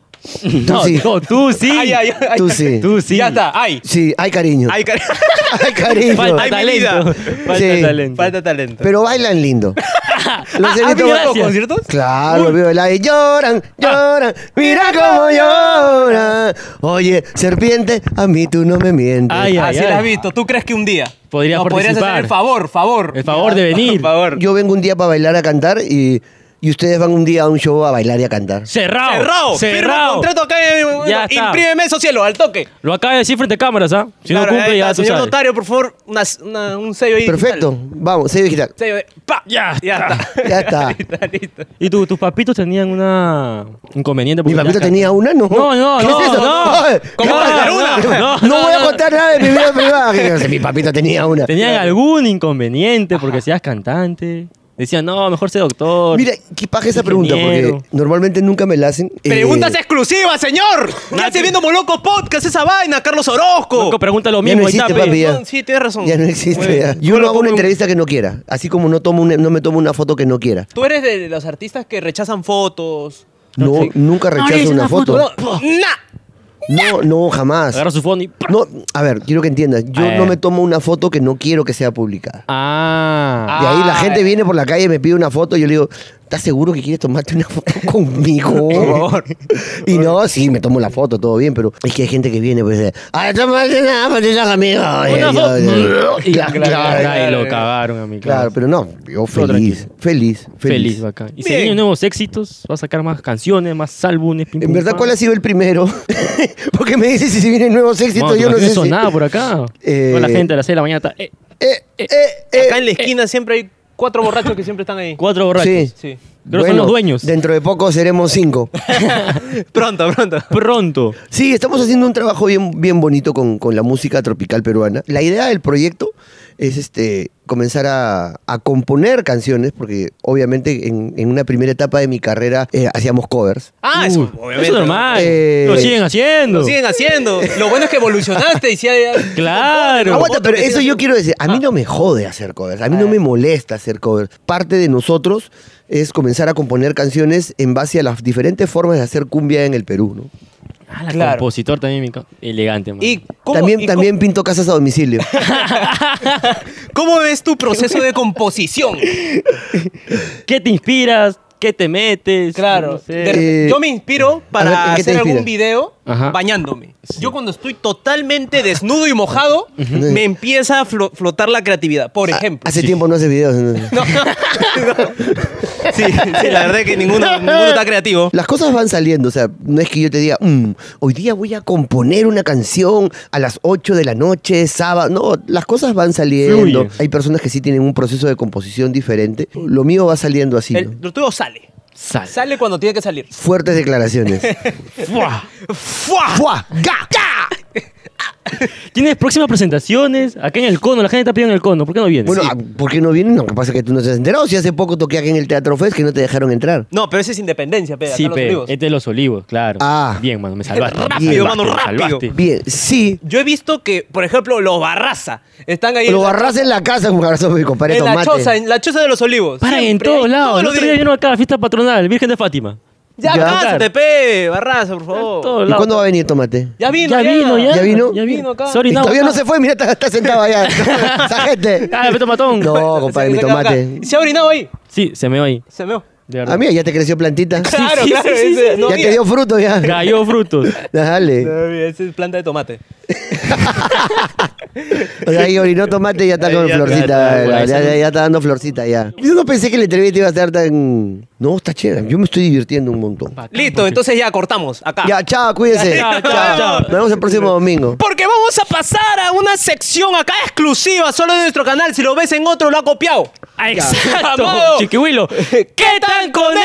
Speaker 1: Tú
Speaker 3: No,
Speaker 1: sí.
Speaker 3: no, tú sí.
Speaker 2: Ay, ay, ay, ay.
Speaker 1: Tú sí.
Speaker 3: Tú sí.
Speaker 2: Ya está. Ay.
Speaker 1: Sí, hay cariño.
Speaker 2: Ay, cari-
Speaker 1: *laughs* Hay cariño.
Speaker 3: Falta
Speaker 2: Ay, mi
Speaker 3: talento.
Speaker 2: vida.
Speaker 3: Falta
Speaker 1: Sí.
Speaker 3: talento.
Speaker 2: Falta talento.
Speaker 1: Pero bailan lindo. Los he visto
Speaker 3: ah, mira,
Speaker 1: bailar-
Speaker 3: gracias.
Speaker 2: conciertos?
Speaker 1: Claro, vivo el aire. Lloran, lloran, mira cómo lloran. Oye, serpiente, a mí tú no me mientes.
Speaker 3: Ay, ay,
Speaker 2: Así Ah, la has
Speaker 3: ay.
Speaker 2: visto. ¿Tú crees que un día?
Speaker 3: Podrías
Speaker 2: no, podrías
Speaker 3: participar.
Speaker 2: hacer el favor, favor. Ah,
Speaker 3: El favor de venir.
Speaker 2: Por favor.
Speaker 1: Yo vengo un día para bailar a cantar y, y ustedes van un día a un show a bailar y a cantar.
Speaker 3: Cerrado.
Speaker 2: Cerrado. Firma un contrato acá. En,
Speaker 3: Ya está.
Speaker 2: imprímeme eso, cielo, al toque.
Speaker 3: Lo acaba de decir frente a cámaras, ¿ah? Si
Speaker 2: Claro,
Speaker 3: no
Speaker 2: ahí
Speaker 3: cumple,
Speaker 2: está,
Speaker 3: ya tú
Speaker 2: Señor
Speaker 3: sabes.
Speaker 2: notario, por favor, una- una- un sello ahí. digital.
Speaker 1: Perfecto, vamos, sello digital.
Speaker 2: Sello de- ¡Pa!
Speaker 3: Ya
Speaker 2: Ya
Speaker 3: está.
Speaker 2: está.
Speaker 1: Ah, Ya está.
Speaker 2: Está *laughs* listo.
Speaker 3: Y tú, tus papitos tenían una inconveniente.
Speaker 1: ¿Mi
Speaker 3: porque
Speaker 1: papito
Speaker 3: ya-
Speaker 1: tenía una? No.
Speaker 3: No, no,
Speaker 1: ¿Qué
Speaker 3: no,
Speaker 1: es eso?
Speaker 3: no.
Speaker 1: Ay,
Speaker 2: ¿Cómo
Speaker 1: ¿qué
Speaker 2: va a
Speaker 1: pasa?
Speaker 2: tener
Speaker 1: *laughs*
Speaker 2: una?
Speaker 1: No,
Speaker 3: No,
Speaker 1: voy a
Speaker 3: no,
Speaker 1: contar nada de mi vida
Speaker 3: *laughs*
Speaker 1: privada. Que Mi papito tenía una.
Speaker 3: Tenían algún inconveniente porque seas cantante. Decían, no, mejor sé doctor.
Speaker 1: Mira, qué paja esa pregunta, porque
Speaker 3: Ingeniero.
Speaker 1: normalmente nunca me la hacen. eh,
Speaker 2: Preguntas exclusivas, señor. ¿Qué hace viendo Moloco Podcast esa vaina, Carlos Orozco?
Speaker 3: Loco, pregunta lo
Speaker 1: Ya
Speaker 3: mismo.
Speaker 1: no
Speaker 3: ahí está,
Speaker 1: existe,
Speaker 3: pe.
Speaker 1: papi, ya.
Speaker 2: No, sí, tienes razón.
Speaker 1: Ya no existe. ya.
Speaker 2: Bueno,
Speaker 1: Yo
Speaker 2: bueno,
Speaker 1: no hago una
Speaker 2: como-
Speaker 1: entrevista que no quiera. Así como no, tomo una- no me tomo una foto que no quiera.
Speaker 2: Tú eres de los artistas que rechazan fotos.
Speaker 1: No, nunca rechazo una foto.
Speaker 2: ¡Nah!
Speaker 1: No, no, jamás.
Speaker 3: Agarra su phone y... ¡pra!
Speaker 1: No, a ver, quiero que entiendas. Yo
Speaker 3: A
Speaker 1: no
Speaker 3: ver.
Speaker 1: me tomo una foto que no quiero que sea publicada.
Speaker 3: Ah.
Speaker 1: De ahí la gente
Speaker 2: Ay.
Speaker 1: viene por la calle y me pide una foto y yo le digo, ¿Estás seguro que quieres tomarte una foto *laughs* conmigo? Y no, sí, me tomo la foto, todo bien, pero es que hay gente que viene pues dice, ¡Ay, tómate una fotito conmigo! Y yo-
Speaker 3: Una foto. Y la-
Speaker 1: Claro, claro,
Speaker 3: y lo cagaron a mi
Speaker 1: claro, pero no, yo feliz,
Speaker 3: tranquilo.
Speaker 1: feliz, feliz.
Speaker 3: Feliz, bacán. Y se
Speaker 2: Bien.
Speaker 3: vienen nuevos éxitos, va a sacar más canciones, más álbumes. pim,
Speaker 1: En
Speaker 3: pum,
Speaker 1: verdad,
Speaker 3: pam.
Speaker 1: ¿cuál ha sido el primero? *laughs* Porque me dices si vienen nuevos éxitos,
Speaker 3: Mano,
Speaker 1: yo no sé.
Speaker 3: eso
Speaker 1: si- *laughs*
Speaker 3: nada por acá.
Speaker 1: Eh,
Speaker 3: Toda la gente a las 6 de la mañana está. eh,
Speaker 1: Eh, eh, eh.
Speaker 2: Acá en la esquina siempre hay cuatro borrachos que siempre están ahí.
Speaker 3: cuatro borrachos.
Speaker 1: Sí.
Speaker 2: Sí.
Speaker 3: Pero son los dueños.
Speaker 1: eh, Dentro de poco seremos cinco.
Speaker 2: Pronto, pronto.
Speaker 3: Pronto.
Speaker 1: Sí, estamos haciendo un trabajo bien, bien bonito con, con la música tropical peruana. La idea del proyecto es este, comenzar a, a componer canciones, porque obviamente en, en una primera etapa de mi carrera eh, hacíamos covers.
Speaker 2: Ah,
Speaker 3: Uy,
Speaker 2: eso, obviamente.
Speaker 3: es normal.
Speaker 1: Eh,
Speaker 3: lo siguen haciendo.
Speaker 2: Lo siguen haciendo. Lo bueno es que evolucionaste y sí hay-
Speaker 3: *laughs* Claro.
Speaker 1: Aguanta,
Speaker 2: otro
Speaker 1: pero
Speaker 2: que
Speaker 1: eso yo
Speaker 2: siga haciendo.
Speaker 1: quiero decir,
Speaker 2: Ah.
Speaker 1: a mí no me jode hacer covers, a mí no me molesta hacer covers. Parte de nosotros es comenzar a componer canciones en base a las diferentes formas de hacer cumbia en el Perú, ¿no?
Speaker 3: Ah, la
Speaker 2: Claro.
Speaker 3: compositor también, mi co- Elegante, man.
Speaker 2: ¿Y cómo,
Speaker 1: También,
Speaker 2: y cómo-
Speaker 1: también pinto casas a
Speaker 2: *laughs*
Speaker 1: domicilio.
Speaker 2: ¿Cómo ves tu proceso de composición?
Speaker 3: ¿Qué te inspiras? ¿Qué te metes?
Speaker 2: Claro.
Speaker 3: No sé.
Speaker 2: De repente,
Speaker 1: Eh,
Speaker 2: yo me inspiro para
Speaker 1: a ver, ¿en qué te
Speaker 2: hacer algún
Speaker 1: inspiras?
Speaker 2: video
Speaker 3: Ajá.
Speaker 2: bañándome. Yo cuando estoy totalmente desnudo y
Speaker 3: *laughs*
Speaker 2: mojado, me empieza a flo- flotar la creatividad. Por
Speaker 1: Ah,
Speaker 2: ejemplo.
Speaker 1: Hace tiempo no hace videos. entonces.
Speaker 2: *laughs* No, *laughs* no. Sí, sí, la verdad es que
Speaker 1: *laughs*
Speaker 2: ninguno, ninguno está creativo.
Speaker 1: Las cosas van saliendo, o sea, no es que yo te diga, "Mm, hoy día voy a componer una canción a las 8 de la noche, sábado. No, las cosas van saliendo.
Speaker 3: Fluye.
Speaker 1: Hay personas que sí tienen un proceso de composición diferente. Lo mío va saliendo así. ¿no?
Speaker 2: El, lo tuyo sale.
Speaker 3: Sal.
Speaker 2: Sale cuando tiene que salir.
Speaker 1: Fuertes declaraciones.
Speaker 3: Fuá.
Speaker 2: ¡Fua!
Speaker 1: ¡Fua! ¡Ga! ¡Ga!
Speaker 3: Tienes próximas presentaciones acá en el cono. La gente está pidiendo en el cono. ¿Por qué no vienes?
Speaker 1: Bueno,
Speaker 3: Sí.
Speaker 1: ah, ¿por qué no vienen? No, que pasa que tú no te has enterado. Si hace poco toqué aquí en el Teatro Fest que no te dejaron entrar.
Speaker 2: No, pero ese es independencia, peda.
Speaker 3: sí,
Speaker 2: acá los
Speaker 3: pe,
Speaker 2: olivos.
Speaker 3: este es los olivos, claro.
Speaker 1: Ah.
Speaker 3: Bien, mano, me salvaste.
Speaker 2: Rápido,
Speaker 3: me salvaste,
Speaker 2: mano,
Speaker 3: me
Speaker 2: rápido.
Speaker 3: salvaste.
Speaker 1: Bien, sí.
Speaker 2: Yo he visto que, por ejemplo, los Barraza están ahí.
Speaker 1: Lo
Speaker 2: en la-
Speaker 1: barras en la casa, un abrazo mi compadre
Speaker 2: En la
Speaker 1: Tomate.
Speaker 2: choza, en la choza de los olivos.
Speaker 3: Paran en
Speaker 2: Siempre,
Speaker 3: todos
Speaker 2: ahí,
Speaker 3: lados.
Speaker 2: todos
Speaker 3: El
Speaker 2: los
Speaker 3: otro día
Speaker 2: días.
Speaker 3: vino acá a la fiesta patronal, Virgen de Fátima.
Speaker 2: Ya,
Speaker 1: Ya.
Speaker 2: cásate, pe, Barraza, por favor.
Speaker 3: Todos
Speaker 1: ¿Y
Speaker 3: lados.
Speaker 1: cuándo va a venir Tomate?
Speaker 2: Ya vino,
Speaker 3: ya vino, ya.
Speaker 1: ¿Ya vino?
Speaker 3: Ya
Speaker 2: Vino
Speaker 3: vino
Speaker 2: acá.
Speaker 3: Sorry,
Speaker 1: Y
Speaker 3: no.
Speaker 1: todavía no se fue, mira, está, está sentado allá.
Speaker 3: *laughs*
Speaker 1: Esa gente.
Speaker 3: Ah, vete matón.
Speaker 1: No, compadre,
Speaker 2: Se-
Speaker 1: mi
Speaker 2: se acaba
Speaker 1: tomate.
Speaker 2: acá. Se ha orinado ahí.
Speaker 3: Sí, se me va ahí.
Speaker 2: Se meó.
Speaker 3: De verdad.
Speaker 1: A mí ya te creció plantita.
Speaker 2: Claro,
Speaker 3: *laughs* sí,
Speaker 2: claro.
Speaker 3: sí, sí,
Speaker 2: ese-
Speaker 3: sí.
Speaker 2: no
Speaker 1: ya
Speaker 2: mira.
Speaker 1: te dio fruto ya.
Speaker 3: Cayó frutos.
Speaker 1: Dale.
Speaker 2: No, mira, esa es planta de tomate.
Speaker 1: O sea, ahí orinó tomate y ya está con
Speaker 3: ya
Speaker 1: florcita.
Speaker 3: está,
Speaker 1: Ya,
Speaker 3: güey,
Speaker 1: ya,
Speaker 3: sí.
Speaker 1: ya está dando florcita ya. Yo no pensé que la entrevista iba a estar tan. No, está chévere. Yo me estoy divirtiendo un montón.
Speaker 2: *laughs* Listo, entonces ya cortamos acá.
Speaker 1: Ya, chao, cuídense.
Speaker 3: Ah. Ya, chao, chao.
Speaker 1: Nos vemos el próximo domingo.
Speaker 2: Porque vamos a pasar a una sección acá exclusiva, solo de nuestro canal. Si lo ves en otro, lo ha copiado.
Speaker 3: Ah, exacto.
Speaker 2: Amado.
Speaker 3: Chiquihuilo. *laughs* ¿Qué tan conero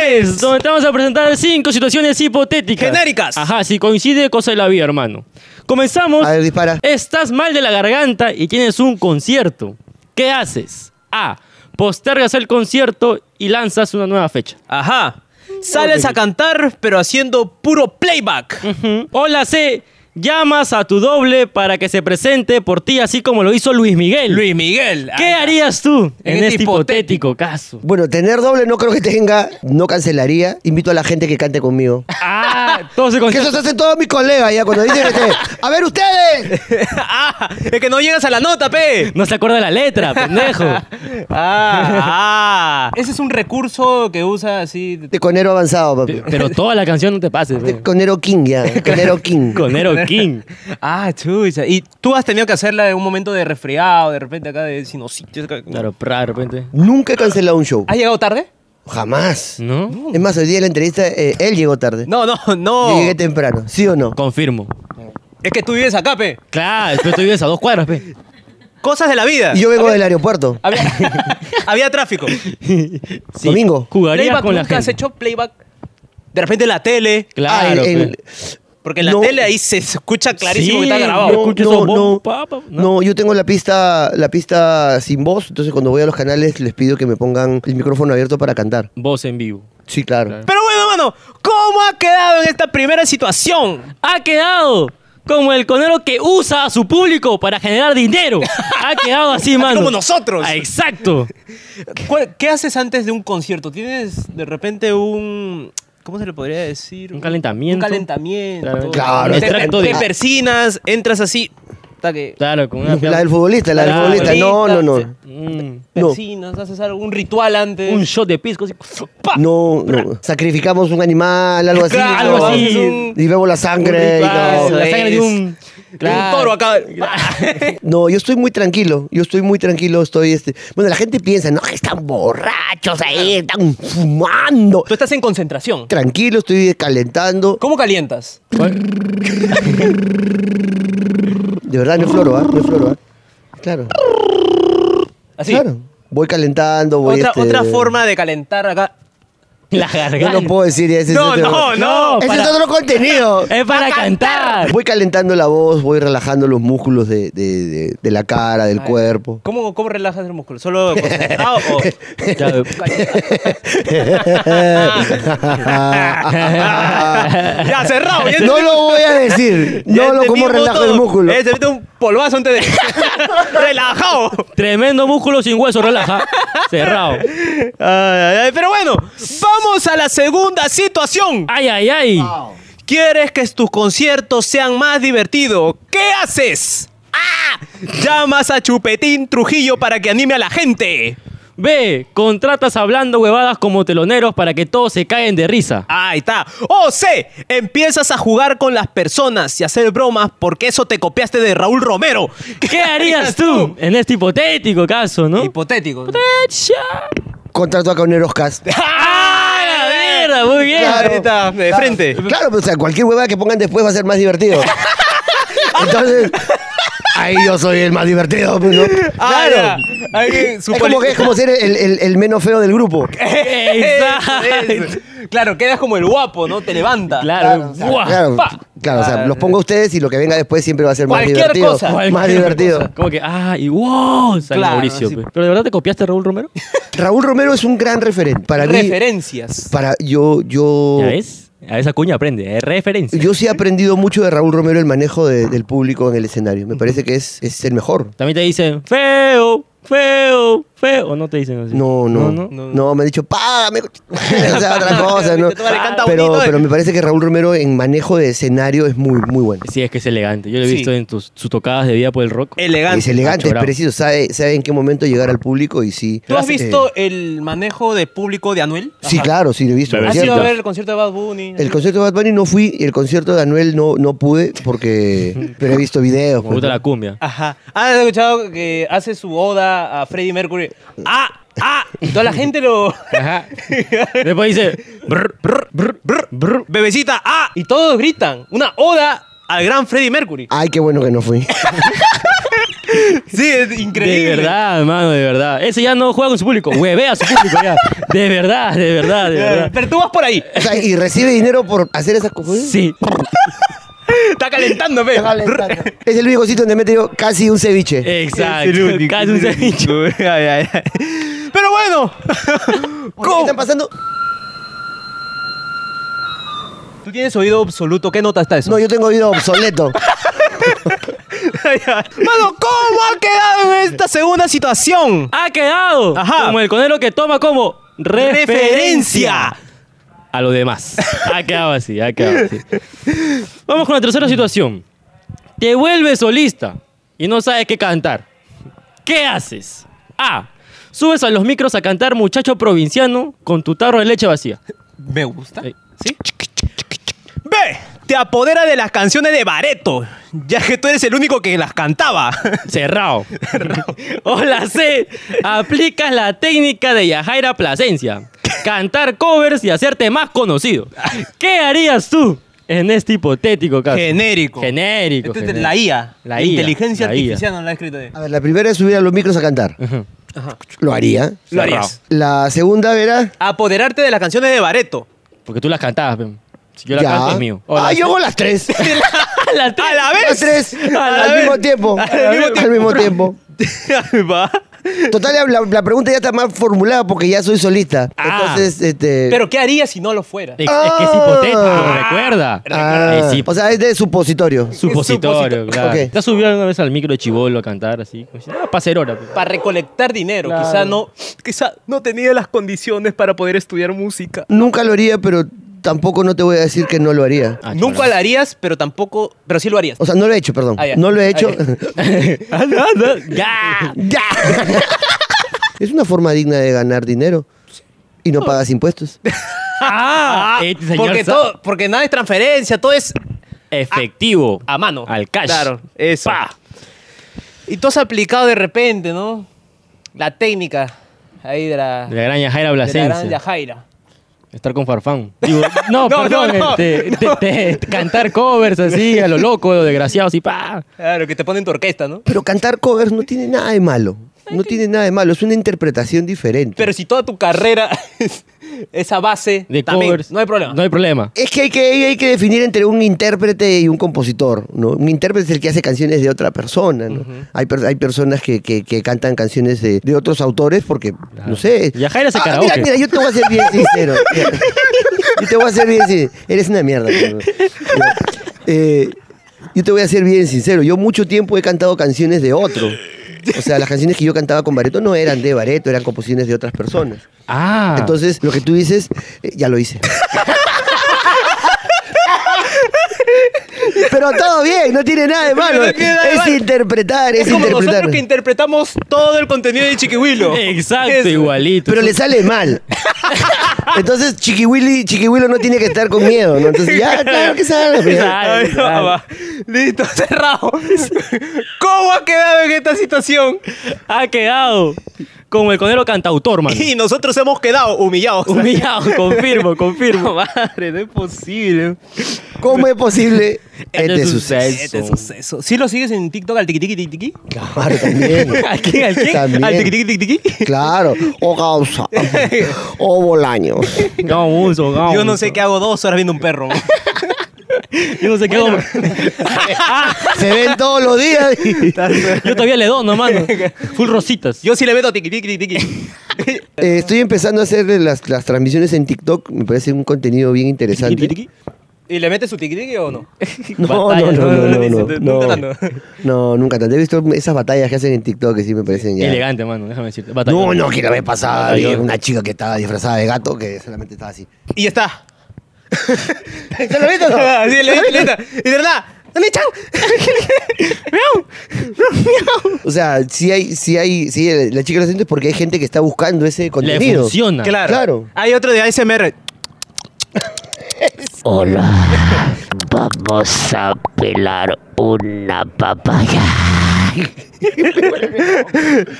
Speaker 3: eres? Donde te vamos a presentar cinco situaciones hipotéticas.
Speaker 2: Genéricas.
Speaker 3: Ajá, si coincide, cosa de la vida, hermano. Comenzamos.
Speaker 1: A ver, dispara.
Speaker 3: Estás mal de la garganta y tienes un concierto. ¿Qué haces? A. Postergas el concierto y lanzas una nueva fecha.
Speaker 2: Ajá. Sales a cantar, pero haciendo puro playback.
Speaker 3: Ujú. O la C. Llamas a tu doble para que se presente por ti, así como lo hizo Luis Miguel.
Speaker 2: Luis Miguel.
Speaker 3: ¿Qué
Speaker 2: Ahí
Speaker 3: harías tú
Speaker 2: En
Speaker 3: en,
Speaker 2: este
Speaker 3: este, hipotético, caso?
Speaker 1: Bueno, tener doble no creo que tenga. No cancelaría. Invito a la gente que cante conmigo.
Speaker 3: Ah, todo *laughs* se
Speaker 1: Que eso se hacen todos mis colegas ya cuando dicen este, A ver ustedes.
Speaker 2: está. *laughs* ah, es que no llegas a la nota, pe.
Speaker 3: No se acuerda la *laughs* letra, pendejo.
Speaker 2: Ah, ah. Ese es un recurso que usa así.
Speaker 1: De conero avanzado, papi.
Speaker 3: Pe-
Speaker 1: *laughs*
Speaker 3: Pero toda la canción no te pases.
Speaker 1: De
Speaker 3: pe.
Speaker 1: conero king
Speaker 3: *laughs*
Speaker 1: ya. Conero king. *laughs*
Speaker 3: Conero King.
Speaker 2: Ah, chucha. Y tú has tenido que hacerla en un momento de resfriado, de repente acá de sinusitis.
Speaker 3: Claro, pra, de repente.
Speaker 1: Nunca he cancelado un show.
Speaker 2: ¿Has llegado tarde?
Speaker 1: Jamás.
Speaker 3: ¿No?
Speaker 1: Es más, hoy día en la entrevista eh, él llegó tarde.
Speaker 2: No, no, no.
Speaker 1: Yo Llegué temprano, ¿sí o no?
Speaker 3: Confirmo.
Speaker 2: Es que tú vives acá, pe.
Speaker 3: Claro, pero tú vives a dos cuadras, pe.
Speaker 2: Cosas de la vida.
Speaker 1: Y yo vengo del aeropuerto.
Speaker 2: Había, *laughs* había tráfico.
Speaker 3: Ah, Sí.
Speaker 1: Domingo.
Speaker 3: Jugarías
Speaker 2: Playback,
Speaker 3: con la
Speaker 2: nunca has
Speaker 3: gente.
Speaker 2: hecho playback. De repente en la tele.
Speaker 3: Claro,
Speaker 1: Ah, el- el-
Speaker 3: pe.
Speaker 2: Porque en la
Speaker 1: No.
Speaker 2: tele ahí se escucha clarísimo
Speaker 3: Sí,
Speaker 2: que está
Speaker 1: no,
Speaker 2: grabado.
Speaker 3: yo Ah, escucho esos
Speaker 1: no,
Speaker 3: bom,
Speaker 1: no,
Speaker 3: pa, pa, no.
Speaker 1: no, yo tengo la pista, la pista sin voz, entonces cuando voy a los canales les pido que me pongan el micrófono abierto para cantar.
Speaker 3: Voz en vivo.
Speaker 1: Sí, claro.
Speaker 2: Pero bueno, mano, ¿cómo ha quedado en esta primera situación?
Speaker 3: Ha quedado como el conero que usa a su público para generar dinero. Ha
Speaker 1: *laughs*
Speaker 3: quedado así, mano.
Speaker 2: como nosotros.
Speaker 3: Ah, exacto.
Speaker 2: ¿Cuál- ¿Qué haces antes de un concierto? ¿Tienes de repente un... ¿Cómo se le podría decir?
Speaker 3: Un calentamiento.
Speaker 2: Un calentamiento.
Speaker 3: Claro.
Speaker 1: Claro.
Speaker 2: Te,
Speaker 3: Extracto
Speaker 2: te
Speaker 3: de-
Speaker 2: persinas, entras así. Hasta que
Speaker 3: Claro, con una
Speaker 1: La del futbolista, la del
Speaker 3: Claro.
Speaker 1: futbolista. No, no, no.
Speaker 3: Mm,
Speaker 1: No.
Speaker 2: persinas, haces algo, un ritual antes.
Speaker 3: un shot de pisco. Así, ¡pa!
Speaker 1: No, no. Sacrificamos un animal, algo así.
Speaker 2: Claro,
Speaker 1: ¿no?
Speaker 3: algo así.
Speaker 2: haces un-
Speaker 1: Y bebo la sangre. y
Speaker 2: ritual,
Speaker 1: todo.
Speaker 2: eso
Speaker 3: Ah, la sangre de
Speaker 2: es.
Speaker 3: un.
Speaker 2: Un toro
Speaker 3: *laughs*
Speaker 2: acá.
Speaker 1: No, yo estoy muy tranquilo. Yo estoy muy tranquilo. Estoy este. Bueno, la gente piensa, no, que están borrachos ahí, están fumando.
Speaker 2: *laughs* Tú estás en concentración.
Speaker 1: Tranquilo, estoy calentando.
Speaker 2: ¿Cómo calientas?
Speaker 1: De verdad, no es floro, ¿ah? No es floro, ¿ah? Claro.
Speaker 2: Así.
Speaker 1: Claro. Voy calentando, voy
Speaker 2: Otra,
Speaker 1: este-
Speaker 2: otra forma de calentar acá.
Speaker 3: La
Speaker 1: Yo
Speaker 3: garganta.
Speaker 1: no puedo decir ese.
Speaker 2: No,
Speaker 1: es otro-
Speaker 2: no, no.
Speaker 1: Ese
Speaker 3: para-
Speaker 1: es otro contenido.
Speaker 3: Es para cantar.
Speaker 1: Voy calentando la voz, voy relajando los músculos de, de- de- de la cara, del cuerpo.
Speaker 2: ¿Cómo, cómo relajas el músculo? ¿Solo
Speaker 1: *laughs*
Speaker 2: concentrado o.?
Speaker 3: Claro.
Speaker 2: ya, cerrado. ya
Speaker 1: *laughs* no
Speaker 2: entendí-
Speaker 1: lo voy a decir.
Speaker 2: ya
Speaker 1: No lo
Speaker 2: entendí
Speaker 1: como
Speaker 2: un
Speaker 1: relajo el
Speaker 2: botón.
Speaker 1: músculo.
Speaker 2: Eh, se mete un polvazo antes
Speaker 1: *laughs*
Speaker 2: de. *laughs* Relajado.
Speaker 3: Tremendo músculo sin hueso, relaja. Cerrado.
Speaker 2: Ay, ay, ay, pero bueno, vamos a la segunda situación.
Speaker 3: Ay, ay, ay.
Speaker 2: ¿Quieres que tus conciertos sean más divertidos? ¿Qué haces? ¡Ah! Llamas a Chupetín Trujillo para que anime a la gente.
Speaker 3: B. Contratas hablando huevadas como teloneros para que todos se caen de risa.
Speaker 2: Ahí está. O C. Empiezas a jugar con las personas y hacer bromas porque eso te copiaste de Raúl Romero.
Speaker 1: *laughs*
Speaker 3: ¿Qué
Speaker 2: *laughs*
Speaker 3: harías tú en este hipotético caso, no?
Speaker 2: Hipotético.
Speaker 3: Cha.
Speaker 1: Contrato a Cauneros Cast.
Speaker 3: ¡Ah, la
Speaker 1: *laughs*
Speaker 3: mierda! Muy bien.
Speaker 1: Claro.
Speaker 2: Ahí está, de
Speaker 1: Claro.
Speaker 2: frente.
Speaker 1: Claro, pero, o sea, cualquier huevada que pongan después va a ser más divertido. Entonces, ahí yo soy el más divertido. pues, ¿no?
Speaker 2: Ah,
Speaker 1: Claro.
Speaker 2: ya. Ahí, su
Speaker 1: Es como,
Speaker 2: poli-
Speaker 1: que, es
Speaker 2: *laughs*
Speaker 1: como ser el, el- el menos feo del grupo.
Speaker 3: *laughs* Exacto.
Speaker 2: Eso, eso. Claro, quedas como el guapo, ¿no? Te levanta.
Speaker 3: Claro. Buah,
Speaker 1: Claro,
Speaker 3: pa.
Speaker 1: claro, o sea,
Speaker 2: Ah,
Speaker 1: los pongo a ustedes y lo que venga después siempre va a ser más
Speaker 2: Cualquier
Speaker 1: divertido.
Speaker 2: cosa.
Speaker 1: Más
Speaker 3: Cualquier
Speaker 1: divertido.
Speaker 3: cosa. Como que, ah, y wow, San
Speaker 2: Claro,
Speaker 3: Mauricio.
Speaker 2: sí.
Speaker 3: pe. Pero de verdad te copiaste a Raúl Romero.
Speaker 1: Raúl Romero es un gran referente. Para mí,
Speaker 2: Referencias.
Speaker 1: para yo, yo,
Speaker 3: ¿Ya ves? A esa cuña aprende, es referencia.
Speaker 1: Uh. yo sí he aprendido mucho de Raúl Romero el manejo de- del público en el escenario. Me parece que es, es el mejor.
Speaker 3: También te dicen, feo, feo, feo. O no te dicen así.
Speaker 1: No, no,
Speaker 3: No,
Speaker 1: no,
Speaker 2: no.
Speaker 1: me han dicho, págame. *laughs* o sea,
Speaker 2: *laughs*
Speaker 1: otra cosa, ¿no?
Speaker 2: Viste, tú le canta
Speaker 1: Pero,
Speaker 2: bonito, eh.
Speaker 1: pero me parece que Raúl Romero en manejo de escenario es muy, muy bueno.
Speaker 3: Sí, es que es elegante. Yo lo he
Speaker 2: Sí.
Speaker 3: visto en tus, sus tocadas de vida por el rock.
Speaker 2: Elegante.
Speaker 1: Es elegante, es
Speaker 3: Bravo.
Speaker 1: preciso, sabe, sabe en qué momento llegar al público y sí.
Speaker 2: ¿Tú has
Speaker 1: Eh,
Speaker 2: visto el manejo de público de Anuel?
Speaker 1: Sí,
Speaker 2: Ajá.
Speaker 1: claro, sí, lo he visto.
Speaker 3: Bebé.
Speaker 1: por
Speaker 2: ¿Has ido a
Speaker 1: cierto.
Speaker 2: ver el concierto de Bad Bunny?
Speaker 1: El concierto de Bad Bunny no fui, y el concierto de Anuel no, no pude
Speaker 2: *laughs*
Speaker 1: porque pero he visto videos.
Speaker 3: Me
Speaker 1: pues,
Speaker 3: gusta
Speaker 1: ¿no?
Speaker 3: la cumbia.
Speaker 2: Ajá. ¿Has escuchado que hace su oda a Freddie Mercury? ¡Ah! ¡Ah! Y toda la gente lo... *laughs*
Speaker 3: Ajá. Después dice, brr, brr, brr, brr, brr.
Speaker 2: ¡Bebecita! ¡Ah! Y todos gritan. Una oda al gran Freddie Mercury.
Speaker 1: Ay, qué bueno que no fui.
Speaker 2: *laughs* Sí, es increíble.
Speaker 3: De verdad, hermano, de verdad. Ese ya no juega con su público, huevea a su público ya. De verdad, de verdad, de
Speaker 2: Claro,
Speaker 3: verdad.
Speaker 2: Eh, Pero tú vas por ahí.
Speaker 1: O sea, y recibe dinero por hacer esas cosas.
Speaker 2: *laughs*
Speaker 3: Sí.
Speaker 2: Está calentando, ve. *laughs*
Speaker 1: Es el único sitio donde me he tenido casi un
Speaker 3: Eh,
Speaker 1: ceviche.
Speaker 3: Exacto. Casi un ceviche.
Speaker 2: *laughs* Ay, ay, ay. Pero bueno.
Speaker 1: ¿Qué están pasando?
Speaker 2: *laughs* Tú tienes oído absoluto. ¿Qué nota está eso? *laughs*
Speaker 1: No, yo tengo oído obsoleto.
Speaker 2: Mano, ¿cómo ha quedado en esta segunda situación?
Speaker 3: Ha quedado
Speaker 2: Ajá.
Speaker 3: como el conero que toma como referencia
Speaker 2: Referencia.
Speaker 3: a lo demás. Ha quedado así, ha quedado así. Vamos con la tercera situación. Te vuelves solista y no sabes qué cantar. ¿Qué haces? A. Subes a los micros a cantar Muchacho Provinciano con tu tarro de leche vacía.
Speaker 2: Me gusta.
Speaker 3: Eh, ¿Sí?
Speaker 2: B. Te apodera de las canciones de Bareto, ya que tú eres el único que las cantaba.
Speaker 3: Cerrado. Hola C. Aplicas la técnica de Yajaira Plasencia. Cantar covers y hacerte más conocido. ¿Qué harías tú en este hipotético caso?
Speaker 2: Genérico.
Speaker 3: Genérico.
Speaker 2: Este es
Speaker 3: genérico.
Speaker 2: la IA.
Speaker 3: La IA,
Speaker 2: Inteligencia
Speaker 3: la
Speaker 2: artificial no la ha escrito.
Speaker 1: A ver, la primera es subir a los micros a cantar.
Speaker 2: Ajá.
Speaker 1: Lo haría.
Speaker 2: Lo
Speaker 3: Cerrado.
Speaker 2: harías.
Speaker 1: La segunda era.
Speaker 2: Apoderarte de las canciones de Bareto.
Speaker 3: Porque tú las cantabas. pe. Si yo la
Speaker 1: ya.
Speaker 3: canto es mío. Hola,
Speaker 1: Ah,
Speaker 3: C.
Speaker 1: yo hago las
Speaker 3: *laughs*
Speaker 1: tres.
Speaker 3: ¡A
Speaker 2: ¡A
Speaker 3: la
Speaker 2: la
Speaker 1: Las
Speaker 2: vez!
Speaker 1: tres.
Speaker 2: *laughs* A la
Speaker 1: Al
Speaker 2: vez.
Speaker 1: mismo tiempo.
Speaker 2: *laughs* Al mismo
Speaker 1: Al mismo tiempo.
Speaker 2: *laughs* Va.
Speaker 1: Total, la, la pregunta ya está más formulada porque ya soy solista.
Speaker 3: Ah.
Speaker 1: Entonces, este.
Speaker 2: Pero ¿qué harías si no lo fuera?
Speaker 3: Es, es que es hipotético,
Speaker 1: Ah.
Speaker 3: recuerda.
Speaker 1: Ah,
Speaker 3: Es hip-
Speaker 1: O sea, es de supositorio.
Speaker 3: supositorio, claro.
Speaker 1: Ok.
Speaker 3: ¿Te has subido alguna vez al micro de chivolo a cantar así? "Ah, para hacer
Speaker 1: *laughs*
Speaker 3: hora. pe.
Speaker 2: Para recolectar dinero.
Speaker 3: Claro.
Speaker 2: Quizá no quizá no tenía las condiciones para poder estudiar música.
Speaker 1: Nunca lo haría, pero tampoco no te voy a decir que no lo haría.
Speaker 3: Ah,
Speaker 2: Nunca lo harías, pero tampoco. Pero sí lo harías.
Speaker 1: O sea, no lo he hecho, perdón.
Speaker 2: Ah, ya.
Speaker 1: No lo he hecho.
Speaker 2: Ah, *laughs*
Speaker 3: ¡Ya!
Speaker 1: ¡Ya! *laughs* es una forma digna de ganar dinero. Y no pagas impuestos.
Speaker 3: Ah, este señor
Speaker 2: porque,
Speaker 3: sa-
Speaker 2: todo, porque nada es transferencia, todo es
Speaker 3: efectivo.
Speaker 2: a mano.
Speaker 3: Al cash.
Speaker 2: Claro, eso.
Speaker 3: Pa.
Speaker 2: Y tú has aplicado de repente, ¿no? La técnica ahí de la,
Speaker 3: De la gran Yajaira
Speaker 2: de la
Speaker 3: Blasencia.
Speaker 2: gran Yajaira.
Speaker 3: Estar con Farfán. Digo, *laughs*
Speaker 2: *laughs*
Speaker 3: no,
Speaker 2: No,
Speaker 3: perdón.
Speaker 2: no, no. *laughs*
Speaker 3: este, te- te- te- cantar covers así a lo loco, lo desgraciado, así, pa.
Speaker 2: Claro, que te ponen tu orquesta, ¿no?
Speaker 1: Pero cantar covers no tiene nada de malo. No tiene nada de malo. Es una interpretación diferente.
Speaker 2: Pero si toda tu carrera *laughs* es esa base,
Speaker 3: De
Speaker 2: también,
Speaker 3: covers.
Speaker 2: no hay problema.
Speaker 3: No hay problema.
Speaker 1: Es que hay, que hay que definir entre un intérprete y un compositor, ¿no? Un intérprete es el que hace canciones de otra persona, ¿no? hay, per- hay personas que, que- que cantan canciones de, de otros autores porque, no sé...
Speaker 3: Yajaira hace
Speaker 1: Ah,
Speaker 3: karaoke.
Speaker 1: mira, mira, yo te voy a ser
Speaker 3: *laughs*
Speaker 1: bien sincero. Mira, yo te voy a ser bien sincero. Eres una mierda. pero- Mira, eh, yo te voy a ser bien sincero. Yo mucho tiempo he cantado canciones de otro. O sea, las canciones que yo cantaba con Bareto no eran de Bareto, eran composiciones de otras personas.
Speaker 3: Ah.
Speaker 1: Entonces, lo que tú dices, eh, ya lo
Speaker 2: *laughs*
Speaker 1: hice. Pero todo bien, no tiene nada de malo.
Speaker 2: No tiene nada de
Speaker 1: es
Speaker 2: malo.
Speaker 1: interpretar, es,
Speaker 2: es como
Speaker 1: interpretar.
Speaker 2: nosotros que interpretamos todo el contenido de Chiquihuilo.
Speaker 3: *laughs* Exacto,
Speaker 2: Eso.
Speaker 3: igualito.
Speaker 1: Pero le sale
Speaker 2: *laughs*
Speaker 1: mal. Entonces, Chiquiwili, Chiquiwilo no tiene que estar con miedo, ¿no? Entonces, ya, claro que sale.
Speaker 2: *laughs*
Speaker 1: pues, ya.
Speaker 3: Ay,
Speaker 2: Ahí va,
Speaker 3: ay.
Speaker 2: va. Listo, *laughs* cerrado. ¿Cómo ha quedado en esta situación?
Speaker 3: Ha quedado como el conero cantautor, man.
Speaker 2: Y nosotros hemos quedado humillados. *laughs*
Speaker 3: *laughs* Humillado, confirmo, confirmo.
Speaker 2: Madre, no es posible.
Speaker 1: ¿Cómo es posible este
Speaker 3: Este
Speaker 1: suceso?
Speaker 3: suceso.
Speaker 2: Este suceso. ¿Sí lo sigues en TikTok al tiqui tiqui tiqui?
Speaker 1: Claro,
Speaker 2: *laughs*
Speaker 1: también.
Speaker 2: ¿Al quién? ¿Al quién?
Speaker 1: También.
Speaker 2: ¿Al tiqui tiqui tiqui?
Speaker 1: Claro. O
Speaker 2: *laughs*
Speaker 1: causa. O bolaños.
Speaker 3: Gao Muso, Gao
Speaker 2: Yo no
Speaker 3: Muso.
Speaker 2: sé qué hago dos horas viendo un
Speaker 1: *laughs*
Speaker 2: perro. man.
Speaker 3: Yo no sé qué hago.
Speaker 1: Se ven todos los días. y-
Speaker 3: *laughs* Yo todavía le doy, no, *laughs* mano. Full rositas.
Speaker 2: Yo sí le meto tiqui tiqui tiqui.
Speaker 1: *laughs* Eh, estoy empezando a hacer las, las transmisiones en TikTok. Me parece un contenido bien interesante.
Speaker 2: ¿Y le metes su tiqui tiqui
Speaker 1: *laughs*
Speaker 2: o no?
Speaker 1: No, no,
Speaker 3: Batalla,
Speaker 1: no,
Speaker 3: ¿no?
Speaker 1: no, no,
Speaker 2: Dice,
Speaker 1: no,
Speaker 2: nunca
Speaker 1: no.
Speaker 2: tanto.
Speaker 1: No, nunca tanto. He visto esas batallas que hacen en TikTok que sí me parecen ya.
Speaker 3: Elegante, mano, déjame decirte. Batalla.
Speaker 1: No, no, que la vez pasada
Speaker 3: Batallón.
Speaker 1: había una chica que estaba disfrazada de gato que solamente estaba así.
Speaker 2: Y ya está.
Speaker 1: ¿Te lo viste o no?
Speaker 2: *laughs* Sí, le le- le- Y de verdad, ¿dónde están?
Speaker 1: O sea, si hay, si hay, si la chica lo siente es porque hay gente que está buscando ese
Speaker 3: Le
Speaker 1: contenido.
Speaker 3: funciona.
Speaker 2: Claro.
Speaker 1: Claro.
Speaker 2: Hay otro de ASMR.
Speaker 4: Hola, *laughs* vamos a pelar una papaya.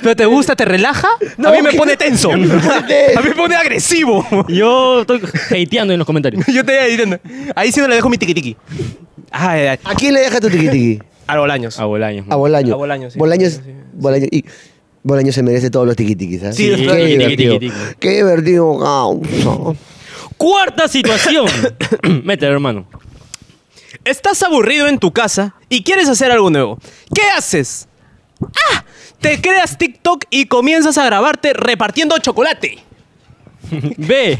Speaker 2: ¿Pero te gusta? ¿Te relaja?
Speaker 1: No,
Speaker 2: a mí me
Speaker 1: que-
Speaker 2: pone
Speaker 1: *laughs*
Speaker 2: tenso. *laughs* a mí me pone agresivo. *laughs*
Speaker 3: Yo estoy hateando en los comentarios.
Speaker 2: Yo te ahí diciendo. Ahí sí no le dejo mi tiqui tiqui. Ay, ay, ay.
Speaker 1: ¿A quién le deja tu tiquitiqui?
Speaker 2: *laughs* A Bolaños.
Speaker 3: A Bolaños.
Speaker 1: A Bolaño.
Speaker 2: A Bolaño, sí.
Speaker 1: Bolaños,
Speaker 2: Sí, sí, sí.
Speaker 1: Bolaño- y Bolaño se merece todos los tiquitiquis, ¿ah?
Speaker 2: Sí,
Speaker 1: qué
Speaker 2: es verdad. Tiqui,
Speaker 3: tiqui,
Speaker 1: divertido.
Speaker 3: tiqui.
Speaker 1: Qué divertido, causa.
Speaker 3: Cuarta situación. *coughs* Mételo, hermano.
Speaker 2: Estás aburrido en tu casa y quieres hacer algo nuevo. ¿Qué haces? ¡Ah! Te creas TikTok y comienzas a grabarte repartiendo chocolate.
Speaker 3: B.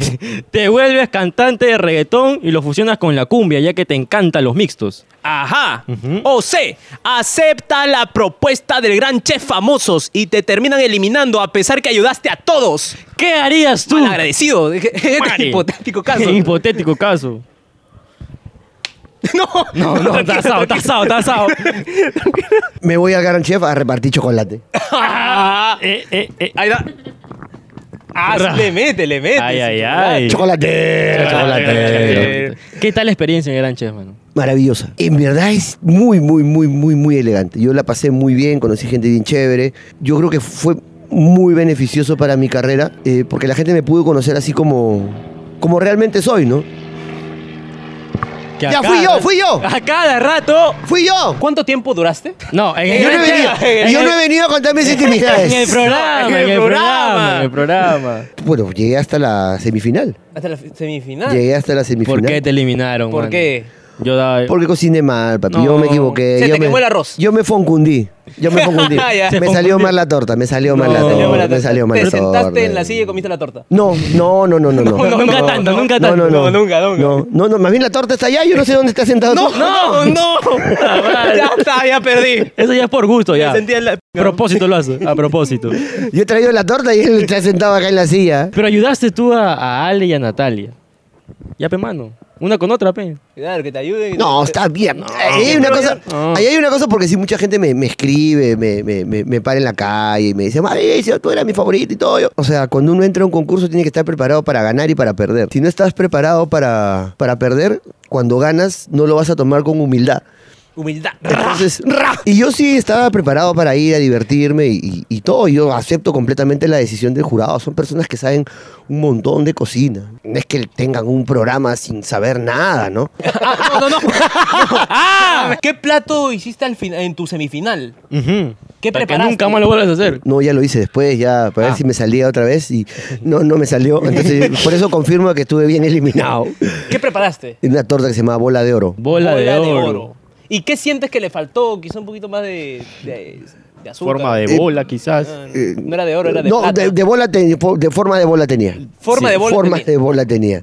Speaker 3: Te vuelves cantante de reggaetón y lo fusionas con la cumbia, ya que te encantan los mixtos.
Speaker 2: Ajá. O C. Acepta la propuesta del gran chef famosos y te terminan eliminando a pesar que ayudaste a todos.
Speaker 3: ¿Qué harías tú?
Speaker 2: Mal agradecido. En *laughs* este
Speaker 3: *laughs* Madre.
Speaker 2: hipotético caso.
Speaker 3: En hipotético caso.
Speaker 2: *laughs* *laughs* no,
Speaker 3: No, no, está asado, está asado, está asado.
Speaker 1: Me voy al Gran Chef a repartir chocolate.
Speaker 3: Ah, eh, eh, eh.
Speaker 2: Ahí da. Ah,
Speaker 3: Ra.
Speaker 2: sí, le mete, le mete.
Speaker 3: Ay,
Speaker 2: sí, chocolate.
Speaker 3: ay, ay.
Speaker 1: Chocolatero, chocolatero.
Speaker 2: chocolate.
Speaker 3: ¿Qué tal la experiencia en Gran Chef, mano?
Speaker 1: Maravillosa. En verdad es muy, muy, muy, muy, muy elegante. Yo la pasé muy bien, conocí gente bien chévere. Yo creo que fue muy beneficioso para mi carrera, eh, porque la gente me pudo conocer así como, como realmente soy, ¿no?
Speaker 3: Que
Speaker 1: Ya
Speaker 3: a
Speaker 1: fui
Speaker 3: cada-
Speaker 1: yo, fui yo.
Speaker 3: A cada rato.
Speaker 1: ¡Fui yo!
Speaker 2: ¿Cuánto tiempo duraste?
Speaker 3: *laughs* No, en el
Speaker 1: Yo no he
Speaker 3: Gran
Speaker 1: venido,
Speaker 3: Chef, en
Speaker 1: yo
Speaker 3: el-
Speaker 1: no he venido a contar mis
Speaker 3: *laughs* En el
Speaker 1: intimidades.
Speaker 3: programa,
Speaker 2: En el
Speaker 3: en el
Speaker 2: programa.
Speaker 3: programa, en el programa.
Speaker 1: Bueno, llegué hasta la semifinal.
Speaker 2: Hasta la semifinal.
Speaker 1: Llegué hasta la semifinal.
Speaker 3: ¿Por qué te eliminaron?
Speaker 2: ¿Por
Speaker 3: mano?
Speaker 2: qué?
Speaker 3: Yo daba.
Speaker 1: Porque cociné mal, papi. yo
Speaker 3: No.
Speaker 1: me equivoqué.
Speaker 2: Se
Speaker 1: yo
Speaker 2: te
Speaker 1: me,
Speaker 2: quemó el arroz. Ah,
Speaker 1: Yo me foncundí. Yo
Speaker 2: *laughs*
Speaker 1: me foncundí.
Speaker 2: Ya. Se
Speaker 1: me
Speaker 3: foncundí.
Speaker 1: salió mal la torta. Me salió mal la
Speaker 3: No,
Speaker 1: torta.
Speaker 2: salió mal la
Speaker 1: Me salió mal la
Speaker 2: torta. Te
Speaker 1: torta.
Speaker 2: sentaste en la silla y comiste la torta.
Speaker 1: No, no, no, no,
Speaker 2: *laughs*
Speaker 1: no. no.
Speaker 3: no, nunca tanto, nunca
Speaker 1: No,
Speaker 3: tanto.
Speaker 1: no, no.
Speaker 2: No, nunca, nunca.
Speaker 1: No, no, no, más bien la torta está allá. Yo no sé dónde está sentado. tú.
Speaker 2: no, no. ya está, ya perdí.
Speaker 3: Eso ya es por gusto, ya.
Speaker 2: Me sentí en la-
Speaker 3: A propósito lo hace,
Speaker 1: *laughs*
Speaker 3: a propósito.
Speaker 1: Yo he traído la torta y él está sentado acá en la silla.
Speaker 3: Pero ayudaste tú a, a Ale y a Natalia. Ya, pe, mano. Una con otra, pe.
Speaker 2: Claro, que te ayuden. y-
Speaker 1: No, está bien. ahí, hay una cosa,
Speaker 3: No.
Speaker 1: ahí hay una cosa porque si mucha gente me, me escribe, me, me, me, me para en la calle y me dice, Mauricio, tú eras mi favorito y todo. Yo- O sea, cuando uno entra a un concurso tiene que estar preparado para ganar y para perder. Si no estás preparado para, para perder, cuando ganas no lo vas a tomar con humildad.
Speaker 2: Humildad. *laughs*
Speaker 1: Entonces, ¡ra! y yo sí estaba preparado para ir a divertirme y, y- y todo. Yo acepto completamente la decisión del jurado. Son personas que saben un montón de cocina. No es que tengan un programa sin saber nada, ¿no?
Speaker 2: Ah, no, *laughs* no, no. Ah, ¿Qué plato hiciste al fin- en tu semifinal?
Speaker 3: Ujú.
Speaker 2: ¿Qué
Speaker 3: Para que
Speaker 2: preparaste?
Speaker 3: Nunca más lo vuelvas a hacer.
Speaker 1: No, ya lo hice después, ya para
Speaker 2: Ah.
Speaker 1: ver si me salía otra vez y no, no me salió. Entonces, por eso confirmo que estuve bien eliminado.
Speaker 2: ¿Qué preparaste?
Speaker 1: Una torta que se llama bola de oro.
Speaker 3: Bola, de, oro.
Speaker 2: ¿Y qué sientes que le faltó? Quizá un poquito más de, de, de azúcar.
Speaker 5: Forma de
Speaker 1: Eh,
Speaker 5: bola, quizás.
Speaker 2: Ah, no, no era de oro, era de
Speaker 1: no,
Speaker 2: plata.
Speaker 1: de, de bola te- de forma de bola tenía.
Speaker 2: Forma de bola
Speaker 1: Forma
Speaker 2: tenía.
Speaker 1: de bola tenía.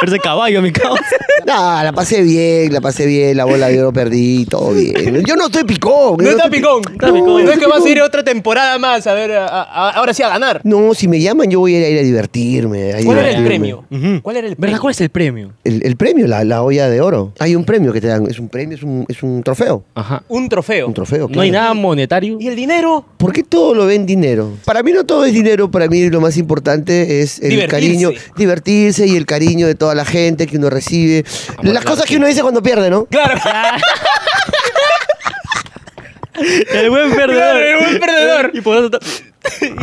Speaker 3: Parece caballo, mi causa.
Speaker 1: No, la pasé bien, la pasé bien, la bola de oro perdí, todo bien. Yo no estoy picón. yo
Speaker 2: No está
Speaker 1: estoy pi-
Speaker 2: picón.
Speaker 1: No,
Speaker 2: No,
Speaker 1: no
Speaker 2: es que
Speaker 1: estoy
Speaker 2: vas a ir
Speaker 1: picón.
Speaker 2: otra temporada más, a ver, a- a- ahora sí a ganar.
Speaker 1: No, si me llaman yo voy a ir a, ir a divertirme. a
Speaker 2: ¿Cuál era el
Speaker 1: divertirme.
Speaker 2: premio? ¿Cuál era el
Speaker 3: ¿Verdad
Speaker 2: premio?
Speaker 3: cuál es el premio?
Speaker 1: El, el premio, la, la olla de oro. Hay un premio que te dan, es un premio, es un, es un trofeo.
Speaker 3: Ajá.
Speaker 2: Un trofeo.
Speaker 1: Un trofeo.
Speaker 3: No hay
Speaker 1: claro.
Speaker 3: nada monetario.
Speaker 2: ¿Y el dinero?
Speaker 1: ¿Por qué todo lo ven dinero? Para mí no todo es dinero, para mí lo más importante es el
Speaker 2: Divertirse.
Speaker 1: cariño, divertirse y el cariño de toda la gente que uno recibe. Las cosas que uno dice cuando pierde, ¿no?
Speaker 2: *laughs* Claro.
Speaker 3: El buen perdedor.
Speaker 2: El buen *laughs* perdedor.
Speaker 3: Y por eso está-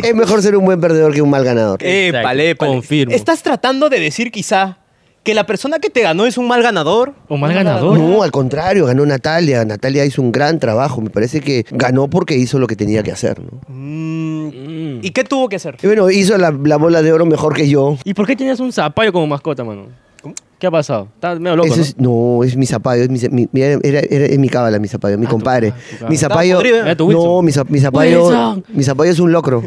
Speaker 1: Es mejor ser un buen perdedor que un mal ganador.
Speaker 2: Épale,
Speaker 3: Exacto,
Speaker 2: épale.
Speaker 3: confirmo.
Speaker 2: ¿Estás tratando de decir quizá que la persona que te ganó es un mal ganador?
Speaker 3: ¿O mal ganador?
Speaker 1: No, al contrario, ganó Natalia. Natalia hizo un gran trabajo. Me parece que ganó porque hizo lo que tenía que hacer, ¿no?
Speaker 2: Mm, ¿Y qué tuvo que hacer?
Speaker 1: Y bueno, hizo la, la bola de oro mejor que yo.
Speaker 3: ¿Y por qué tenías un zapallo como mascota, mano? ¿Qué ha pasado? Estás medio loco,
Speaker 1: Ese
Speaker 3: ¿no?
Speaker 1: es- no, es mi zapallo, es mi, mi- mi- era, era- era- es mi cábala, mi zapallo, mi compadre. Mi
Speaker 2: Estaba
Speaker 1: zapallo.
Speaker 2: podrido.
Speaker 3: Era tu
Speaker 1: No,
Speaker 3: Wilson.
Speaker 1: mi, za- mi zapallo.
Speaker 3: Wilson.
Speaker 1: Mi zapallo es un locro.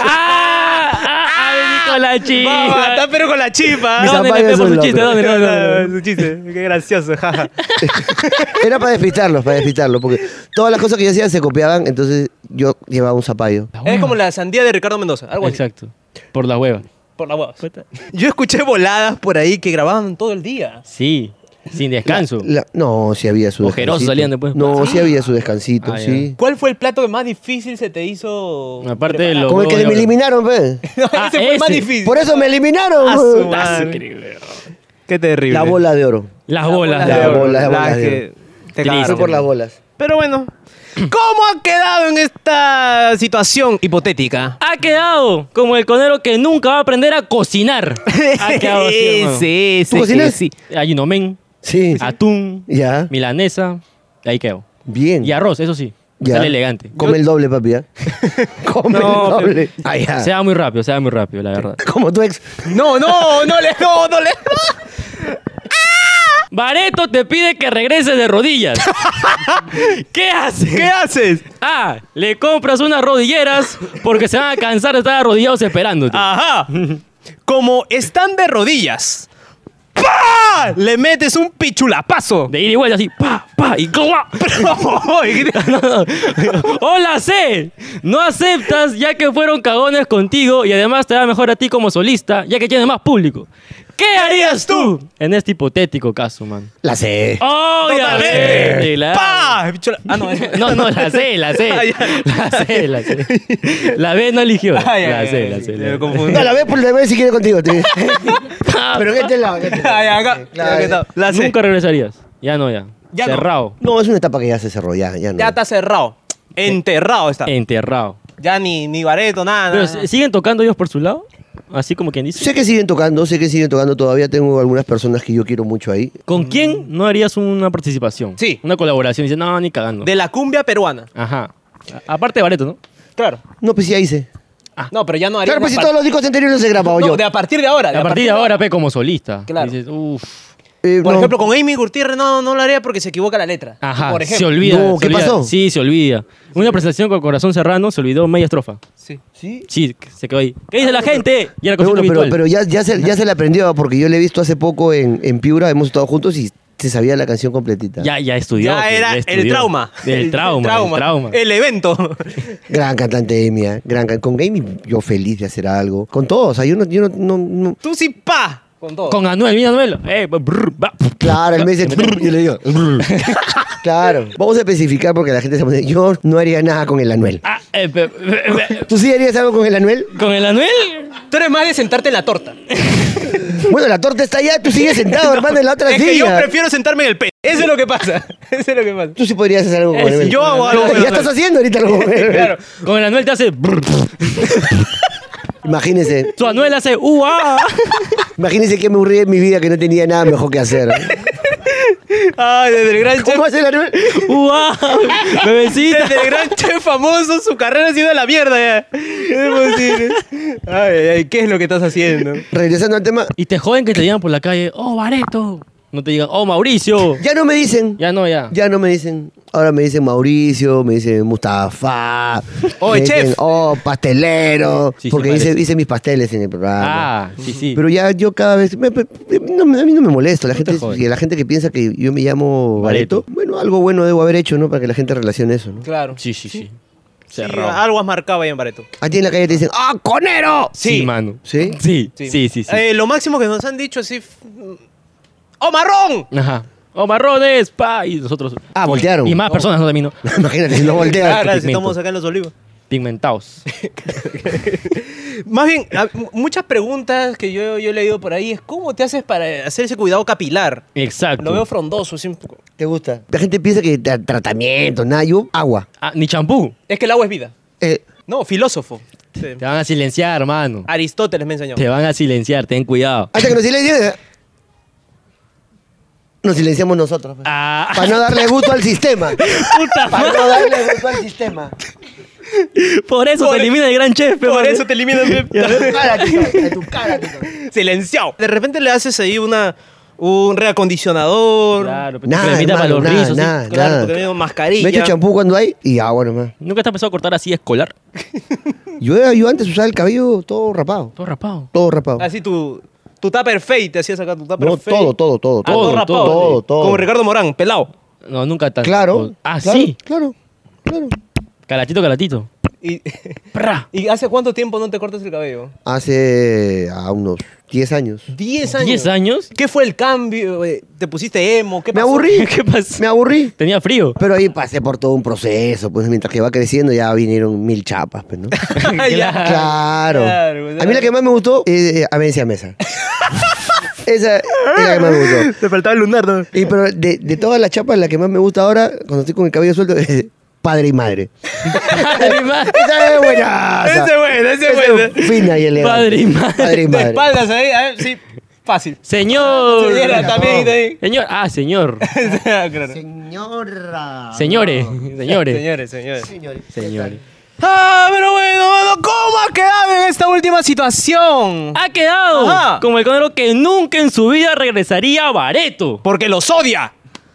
Speaker 3: ¡Ah! ¡Ah! ¡Con la chiva!
Speaker 2: Mamá, está pero con la chipa. *laughs*
Speaker 1: Mi
Speaker 3: No,
Speaker 1: zapallo
Speaker 3: no,
Speaker 1: es
Speaker 3: no,
Speaker 1: un
Speaker 3: un chiste,
Speaker 1: logro.
Speaker 3: dónde, no, no, no.
Speaker 2: Su chiste, qué gracioso, jaja.
Speaker 1: *laughs* Era para despistarlos, para despistarlos, porque todas las cosas que yo hacía se copiaban, entonces yo llevaba un zapallo.
Speaker 2: Es como la sandía de Ricardo Mendoza, algo así.
Speaker 3: Exacto. Por la hueva.
Speaker 2: Por la huevas. Yo escuché voladas por ahí que grababan todo el día.
Speaker 3: Sí. Sin descanso.
Speaker 1: La- no, sí había su
Speaker 3: Ojerosos
Speaker 1: descansito.
Speaker 3: salían después.
Speaker 1: No, sí había su descansito,
Speaker 3: Ah, ya.
Speaker 1: sí.
Speaker 2: ¿Cuál fue el plato que más difícil se te hizo?
Speaker 3: Aparte de
Speaker 2: preparar?
Speaker 3: lo-
Speaker 1: Como el que
Speaker 3: Luego
Speaker 1: me
Speaker 3: ya-
Speaker 1: eliminaron, pe.
Speaker 2: No, *laughs* ese
Speaker 3: Ah,
Speaker 2: fue el más
Speaker 3: ese.
Speaker 2: difícil.
Speaker 1: Por eso me eliminaron.
Speaker 2: Ah,
Speaker 1: pe. *laughs*
Speaker 2: su madre. Qué terrible.
Speaker 1: La bola de oro.
Speaker 3: Las bolas.
Speaker 1: La
Speaker 3: de oro.
Speaker 1: bola, la
Speaker 2: La
Speaker 1: bola de
Speaker 2: que
Speaker 1: oro.
Speaker 2: te
Speaker 3: Triste.
Speaker 1: Fue
Speaker 2: cagaron.
Speaker 1: por las bolas. *clears throat*
Speaker 2: Pero bueno, ¿cómo ha quedado en esta situación hipotética?
Speaker 3: Ha quedado como el conero que nunca va a aprender a cocinar. Ha quedado
Speaker 1: *laughs*
Speaker 3: así, hermano.
Speaker 2: sí,
Speaker 1: ¿Tú cocinas?
Speaker 2: sí.
Speaker 3: Ayunomen,
Speaker 1: Sí.
Speaker 3: atún,
Speaker 1: Ya.
Speaker 3: milanesa. Ahí quedó.
Speaker 1: Bien.
Speaker 3: Y arroz, eso sí.
Speaker 1: Ya.
Speaker 3: Sale elegante.
Speaker 1: Come el doble, papi. ¿ah? Come
Speaker 3: No,
Speaker 1: el doble. Ah, ya.
Speaker 3: Se da muy rápido, se da muy rápido, la verdad.
Speaker 1: Como tu ex.
Speaker 2: No, no, no le, no, no le.
Speaker 3: Bareto te pide que regreses de rodillas. ¿Qué
Speaker 1: *laughs*
Speaker 3: haces?
Speaker 2: ¿Qué haces?
Speaker 3: A. Le compras unas rodilleras porque se van a cansar de estar arrodillados esperándote.
Speaker 2: Ajá. Como están de rodillas. ¡Pah! Le metes un pichulapazo.
Speaker 3: De ida y vuelta así, pa, pa, y ¡guau!
Speaker 2: *laughs*
Speaker 3: ¡Hola, C! No aceptas ya que fueron cagones contigo y además te va mejor a ti como solista ya que tienes más público. ¿Qué harías tú en este hipotético caso, man?
Speaker 1: La sé.
Speaker 3: Ah, ¡Obviamente! la-
Speaker 2: ¡Pah! Pichula- Ah, no, es-
Speaker 3: *laughs* No, no, la C, la C.
Speaker 2: Ah, ya.
Speaker 3: La C, la C. La B no eligió.
Speaker 2: Ah, ya,
Speaker 3: La
Speaker 2: ya,
Speaker 3: C,
Speaker 2: ya,
Speaker 3: la
Speaker 2: sí,
Speaker 3: C.
Speaker 2: me
Speaker 3: la-
Speaker 2: confundí. *laughs*
Speaker 1: No, la ve por la vez si quiere contigo. te- Pero que este lado. que
Speaker 2: *laughs*
Speaker 1: este lado.
Speaker 2: Ah, ya, acá.
Speaker 1: Claro.
Speaker 2: Ya que está. La sé.
Speaker 3: Nunca regresarías. Ya no, ya.
Speaker 2: Ya no.
Speaker 3: Cerrado.
Speaker 1: No, es una etapa que ya se cerró, ya, ya no.
Speaker 2: Ya está cerrado. Enterrado está.
Speaker 3: Enterrado.
Speaker 2: Ya ni, ni bareto, nada.
Speaker 3: Pero
Speaker 2: nada.
Speaker 3: ¿sig- siguen tocando ellos por su lado, así como quien dice.
Speaker 1: Sé que siguen tocando, sé que siguen tocando. Todavía tengo algunas personas que yo quiero mucho ahí.
Speaker 3: ¿Con quién no harías una participación?
Speaker 2: Sí.
Speaker 3: Una colaboración. Dice, no, ni cagando.
Speaker 2: De la cumbia peruana.
Speaker 3: Ajá. A- aparte de Bareto, ¿no?
Speaker 2: Claro.
Speaker 1: No, pues ya hice.
Speaker 2: No, pero ya no haría.
Speaker 1: Claro, pues si
Speaker 2: una
Speaker 1: todos
Speaker 2: par-
Speaker 1: los discos anteriores los he grabado
Speaker 2: No,
Speaker 1: yo.
Speaker 2: de a partir de ahora. de
Speaker 3: a partir de ahora, pe, como solista.
Speaker 2: Claro.
Speaker 3: Dices, uff.
Speaker 1: Eh,
Speaker 2: Por
Speaker 1: no.
Speaker 2: ejemplo, con Amy Gutiérrez no, no lo haría porque se equivoca la letra.
Speaker 3: Ajá.
Speaker 2: Por
Speaker 3: Se
Speaker 2: ejemplo.
Speaker 3: olvida.
Speaker 1: No,
Speaker 3: se
Speaker 1: ¿qué
Speaker 3: olvida.
Speaker 1: pasó?
Speaker 3: Sí, se olvida. Una presentación con Corazón Serrano se olvidó media estrofa.
Speaker 2: Sí.
Speaker 3: Sí, se quedó ahí. ¿Qué dice la gente? Y era
Speaker 1: Ah, Pero
Speaker 3: concierto
Speaker 1: bueno, pero,
Speaker 3: virtual.
Speaker 1: pero ya, ya, se, ya se la aprendió porque yo le he visto hace poco en, en Piura, hemos estado juntos y se sabía la canción completita.
Speaker 3: Ya, ya estudió.
Speaker 2: Ya
Speaker 3: pues,
Speaker 2: era el
Speaker 3: estudió.
Speaker 2: trauma.
Speaker 3: El trauma, el trauma.
Speaker 2: El evento. *laughs*
Speaker 1: Gran cantante Amy, ¿eh? gran can- con Amy yo feliz de hacer algo. Con todos, o sea, yo no, yo no, no- no-
Speaker 2: Tú sí, pa. Con todo.
Speaker 3: Con Anuel, mira Anuel. Eh, brr, va.
Speaker 1: Claro, él me dice, "Brr", yo le digo,
Speaker 2: *laughs*
Speaker 1: "Brr". claro. Vamos a especificar porque la gente se pone, yo no haría nada con el Anuel.
Speaker 3: Ah, eh, pe- pe- pe-
Speaker 1: ¿Tú sí harías algo con el Anuel?
Speaker 3: ¿Con el Anuel?
Speaker 2: Tú eres más de sentarte en la torta.
Speaker 1: Bueno, la torta está allá, tú sigues
Speaker 2: *laughs*
Speaker 1: sentado, hermano, en la otra
Speaker 2: es que yo
Speaker 1: silla.
Speaker 2: prefiero sentarme en el pe. Eso es lo que pasa. *laughs* Eso es lo que pasa.
Speaker 1: Tú sí podrías hacer algo con
Speaker 2: Eh,
Speaker 1: el Anuel.
Speaker 2: yo hago algo con el
Speaker 1: Ya
Speaker 2: Anuel.
Speaker 1: estás haciendo ahorita algo con el Anuel.
Speaker 2: *laughs* Claro.
Speaker 3: Con el Anuel te hace. brr.
Speaker 1: Imagínense,
Speaker 3: Tu Anuel hace. Uh, ah.
Speaker 1: imagínense que me aburrí en mi vida que no tenía nada mejor que
Speaker 2: *laughs*
Speaker 1: hacer.
Speaker 2: Ay, desde el gran chef.
Speaker 1: ¿Cómo hace el Anuel?
Speaker 3: Uh, ah. Bebecita.
Speaker 2: Desde el gran chef famoso, su carrera ha sido la mierda ya. Es posible. Ay, ay, ay, ¿qué es lo que estás haciendo?
Speaker 1: Regresando al tema,
Speaker 3: Y te joden que te digan por la calle. Oh, Bareto. No te digan. Oh, Mauricio.
Speaker 1: ya no me dicen.
Speaker 3: Ya no, ya.
Speaker 1: Ya no me dicen. Ahora me dicen Mauricio, me dicen Mustafa. me
Speaker 2: Oye,
Speaker 1: dicen,
Speaker 2: chef.
Speaker 1: oh, pastelero.
Speaker 3: Sí, sí,
Speaker 1: porque
Speaker 3: parece.
Speaker 1: hice, hice mis pasteles en el programa.
Speaker 3: Ah, sí, sí.
Speaker 1: Pero ya yo cada vez. me- me- no me- a mí no me molesto. La,
Speaker 3: No te
Speaker 1: gente,
Speaker 3: jodes.
Speaker 1: y la gente que piensa que yo me llamo
Speaker 3: Bareto.
Speaker 1: Bareto. Bueno, algo bueno debo haber hecho, ¿no? Para que la gente relacione eso, ¿no?
Speaker 2: Claro.
Speaker 3: Sí, sí, sí.
Speaker 2: Sí, ah,
Speaker 3: Cerrado.
Speaker 2: algo has marcado ahí en Bareto.
Speaker 1: A ti en la calle te dicen, ¡ah, conero!
Speaker 3: Sí, mano.
Speaker 1: *laughs* ¿Sí?
Speaker 3: Sí, sí, sí. sí,
Speaker 2: Eh, lo máximo que nos han dicho así. f- mm, ¡Oh, marrón!
Speaker 3: Ajá. Oh, marrones, pa. Y nosotros.
Speaker 1: Ah, voltearon.
Speaker 3: Y más personas, no de mí, no.
Speaker 1: Imagínate, si no volteas.
Speaker 2: Claro, si
Speaker 3: pigmento.
Speaker 2: Ah, estamos acá en los olivos.
Speaker 3: Pigmentados.
Speaker 2: Más bien, a- m- muchas preguntas que yo, yo he leído por ahí es: ¿cómo te haces para hacer ese cuidado capilar?
Speaker 3: Exacto.
Speaker 2: Lo veo frondoso. sí, un poco.
Speaker 1: ¿Te gusta? La gente piensa que tra- tratamiento, nada, yo, agua.
Speaker 3: Ah, ni champú.
Speaker 2: Es que el agua es vida.
Speaker 1: Eh,
Speaker 2: No, filósofo. Sí.
Speaker 3: Te van a silenciar, hermano.
Speaker 2: Aristóteles me enseñó.
Speaker 3: Te van a silenciar, ten cuidado.
Speaker 1: hasta que nos silencien. eh. Nos silenciamos nosotros. pues.
Speaker 3: Ah,
Speaker 1: Para no darle gusto al sistema.
Speaker 3: *laughs*
Speaker 1: Para
Speaker 3: puta madre.
Speaker 1: no darle gusto al sistema.
Speaker 3: *laughs* Por eso
Speaker 2: Por-
Speaker 3: te elimina el gran chef,
Speaker 2: Por
Speaker 3: hermano.
Speaker 2: eso te
Speaker 1: *laughs*
Speaker 2: eliminas. *laughs* de-
Speaker 1: Cara, tu cara, *laughs* tu cara, tu cara.
Speaker 2: Silenciado. De repente le haces ahí una, un reacondicionador.
Speaker 3: Claro, pero
Speaker 1: Nada,
Speaker 3: cremita para los
Speaker 1: hermano, nada,
Speaker 3: rizos. ¿sí?
Speaker 1: nada.
Speaker 2: Claro, porque tenemos mascarilla.
Speaker 1: Me echo champú cuando hay y agua nomás.
Speaker 3: ¿Nunca te has empezado a cortar así escolar?
Speaker 1: Yo, yo antes usaba el cabello todo rapado.
Speaker 3: Todo rapado.
Speaker 1: Todo rapado.
Speaker 2: Así tu, tu tupper fade, te hacías acá tu tupper
Speaker 1: No,
Speaker 2: fade.
Speaker 1: todo, todo, todo.
Speaker 2: Ah,
Speaker 1: todo,
Speaker 2: todo rapado.
Speaker 1: Todo,
Speaker 2: así.
Speaker 1: todo.
Speaker 2: Como Ricardo Morán, pelado.
Speaker 3: No, nunca tan.
Speaker 1: Claro.
Speaker 3: Ah,
Speaker 1: claro,
Speaker 3: sí.
Speaker 1: Claro, claro.
Speaker 3: Calatito, calatito.
Speaker 2: Y, *laughs*
Speaker 3: Pra.
Speaker 2: ¿Y hace cuánto tiempo no te cortas el cabello?
Speaker 1: Hace a unos 10 años.
Speaker 2: 10 años.
Speaker 3: ¿10 años?
Speaker 2: ¿Qué fue el cambio? eh? ¿Te pusiste emo? ¿Qué
Speaker 1: Me
Speaker 2: pasó? *laughs*
Speaker 1: aburrí.
Speaker 3: ¿Qué pasó?
Speaker 1: Me aburrí. *laughs*
Speaker 3: Tenía frío.
Speaker 1: Pero ahí pasé por todo un proceso, pues mientras que va creciendo ya vinieron mil chapas, pues, ¿no?
Speaker 2: *laughs* Ah, Ya.
Speaker 1: Claro.
Speaker 2: Claro, pues,
Speaker 1: A mí la que más me gustó es eh, Avencia Mesa. *laughs* Esa es la que más me gustó.
Speaker 2: Te faltaba el lunar. ¿no?
Speaker 1: Y pero de, de todas las chapas, la que más me gusta ahora, cuando estoy con el cabello suelto, es padre y madre.
Speaker 3: Padre
Speaker 1: *laughs*
Speaker 3: y madre.
Speaker 1: Esa es buena.
Speaker 2: Ese bueno, ese bueno.
Speaker 1: Fina y elegante.
Speaker 3: Padre y madre.
Speaker 1: Padre y
Speaker 2: De
Speaker 1: madre.
Speaker 2: espaldas ahí, a ver, sí, fácil.
Speaker 3: Señor.
Speaker 2: Señora, también, *laughs* también.
Speaker 3: Señor. Ah, señor.
Speaker 2: Claro.
Speaker 1: Señora.
Speaker 3: Señores. Señores.
Speaker 2: Señores, señores.
Speaker 3: Señores.
Speaker 2: Ah, pero bueno, mano, ¿cómo ha quedado en esta última situación?
Speaker 3: Ha quedado
Speaker 2: Ajá.
Speaker 3: como el conero que nunca en su vida regresaría a Bareto.
Speaker 2: Porque los odia.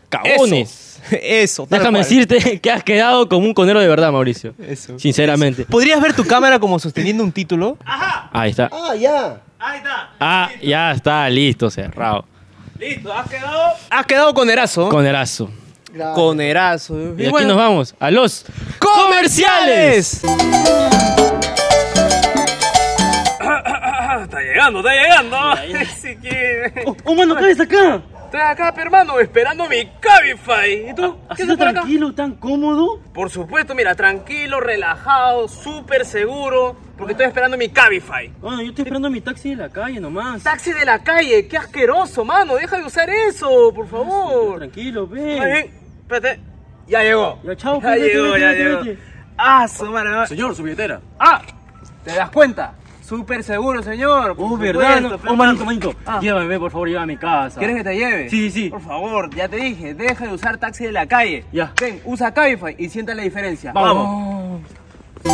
Speaker 3: Cabones.
Speaker 2: Eso, *laughs* eso tal
Speaker 3: Déjame
Speaker 2: cual. Eh,
Speaker 3: decirte *laughs* que has quedado como un conero de verdad, Mauricio.
Speaker 2: Eso.
Speaker 3: Sinceramente.
Speaker 2: ¿Podrías ver tu cámara como sosteniendo un título?
Speaker 3: Ahí está.
Speaker 1: Ah, ya.
Speaker 2: Ahí está.
Speaker 3: Ah, ya está listo, cerrado.
Speaker 2: Listo, has quedado. Has quedado con Erazo.
Speaker 3: Conerazo.
Speaker 2: Con Erazo.
Speaker 3: Y aquí nos vamos a los comerciales.
Speaker 2: ¡Comerciales! *coughs* Está llegando, está llegando. *laughs* Así que.
Speaker 5: Oh, mano, ¿qué haces acá?
Speaker 2: Estoy acá, pe, hermano, esperando mi Cabify. ¿Y tú? ¿Qué
Speaker 5: Ah, ¿Así
Speaker 2: haces
Speaker 5: tan
Speaker 2: por acá?
Speaker 5: tranquilo, tan cómodo?
Speaker 2: Por supuesto, mira, tranquilo, relajado, súper seguro, porque estoy esperando mi Cabify.
Speaker 5: Bueno, yo estoy esperando mi taxi de la calle nomás.
Speaker 2: Taxi de la calle, qué asqueroso, mano. Deja de usar eso, por favor.
Speaker 5: Ah, Tranquilo,
Speaker 2: Más
Speaker 5: ve.
Speaker 2: bien, espérate. Ya llegó.
Speaker 5: Ya, chao,
Speaker 2: Ya
Speaker 5: pues, vete,
Speaker 2: llegó,
Speaker 5: vete,
Speaker 2: ya
Speaker 5: vete,
Speaker 2: llegó.
Speaker 5: vete.
Speaker 2: Ah, su madre. Señor, su billetera. Ah, ¿te das cuenta? Súper seguro, señor. por
Speaker 5: Oh, verdad.
Speaker 2: supuesto,
Speaker 5: no?
Speaker 2: pe-
Speaker 5: Oh, manito, manito.
Speaker 2: Ah.
Speaker 5: Llévame, por favor, llévame a mi casa.
Speaker 2: ¿Quieres que te lleve?
Speaker 5: Sí, sí.
Speaker 2: Por favor, ya te dije, deja de usar taxi de la calle.
Speaker 5: Ya.
Speaker 2: Ven, usa Cabify y sienta la diferencia.
Speaker 5: Vamos. Oh,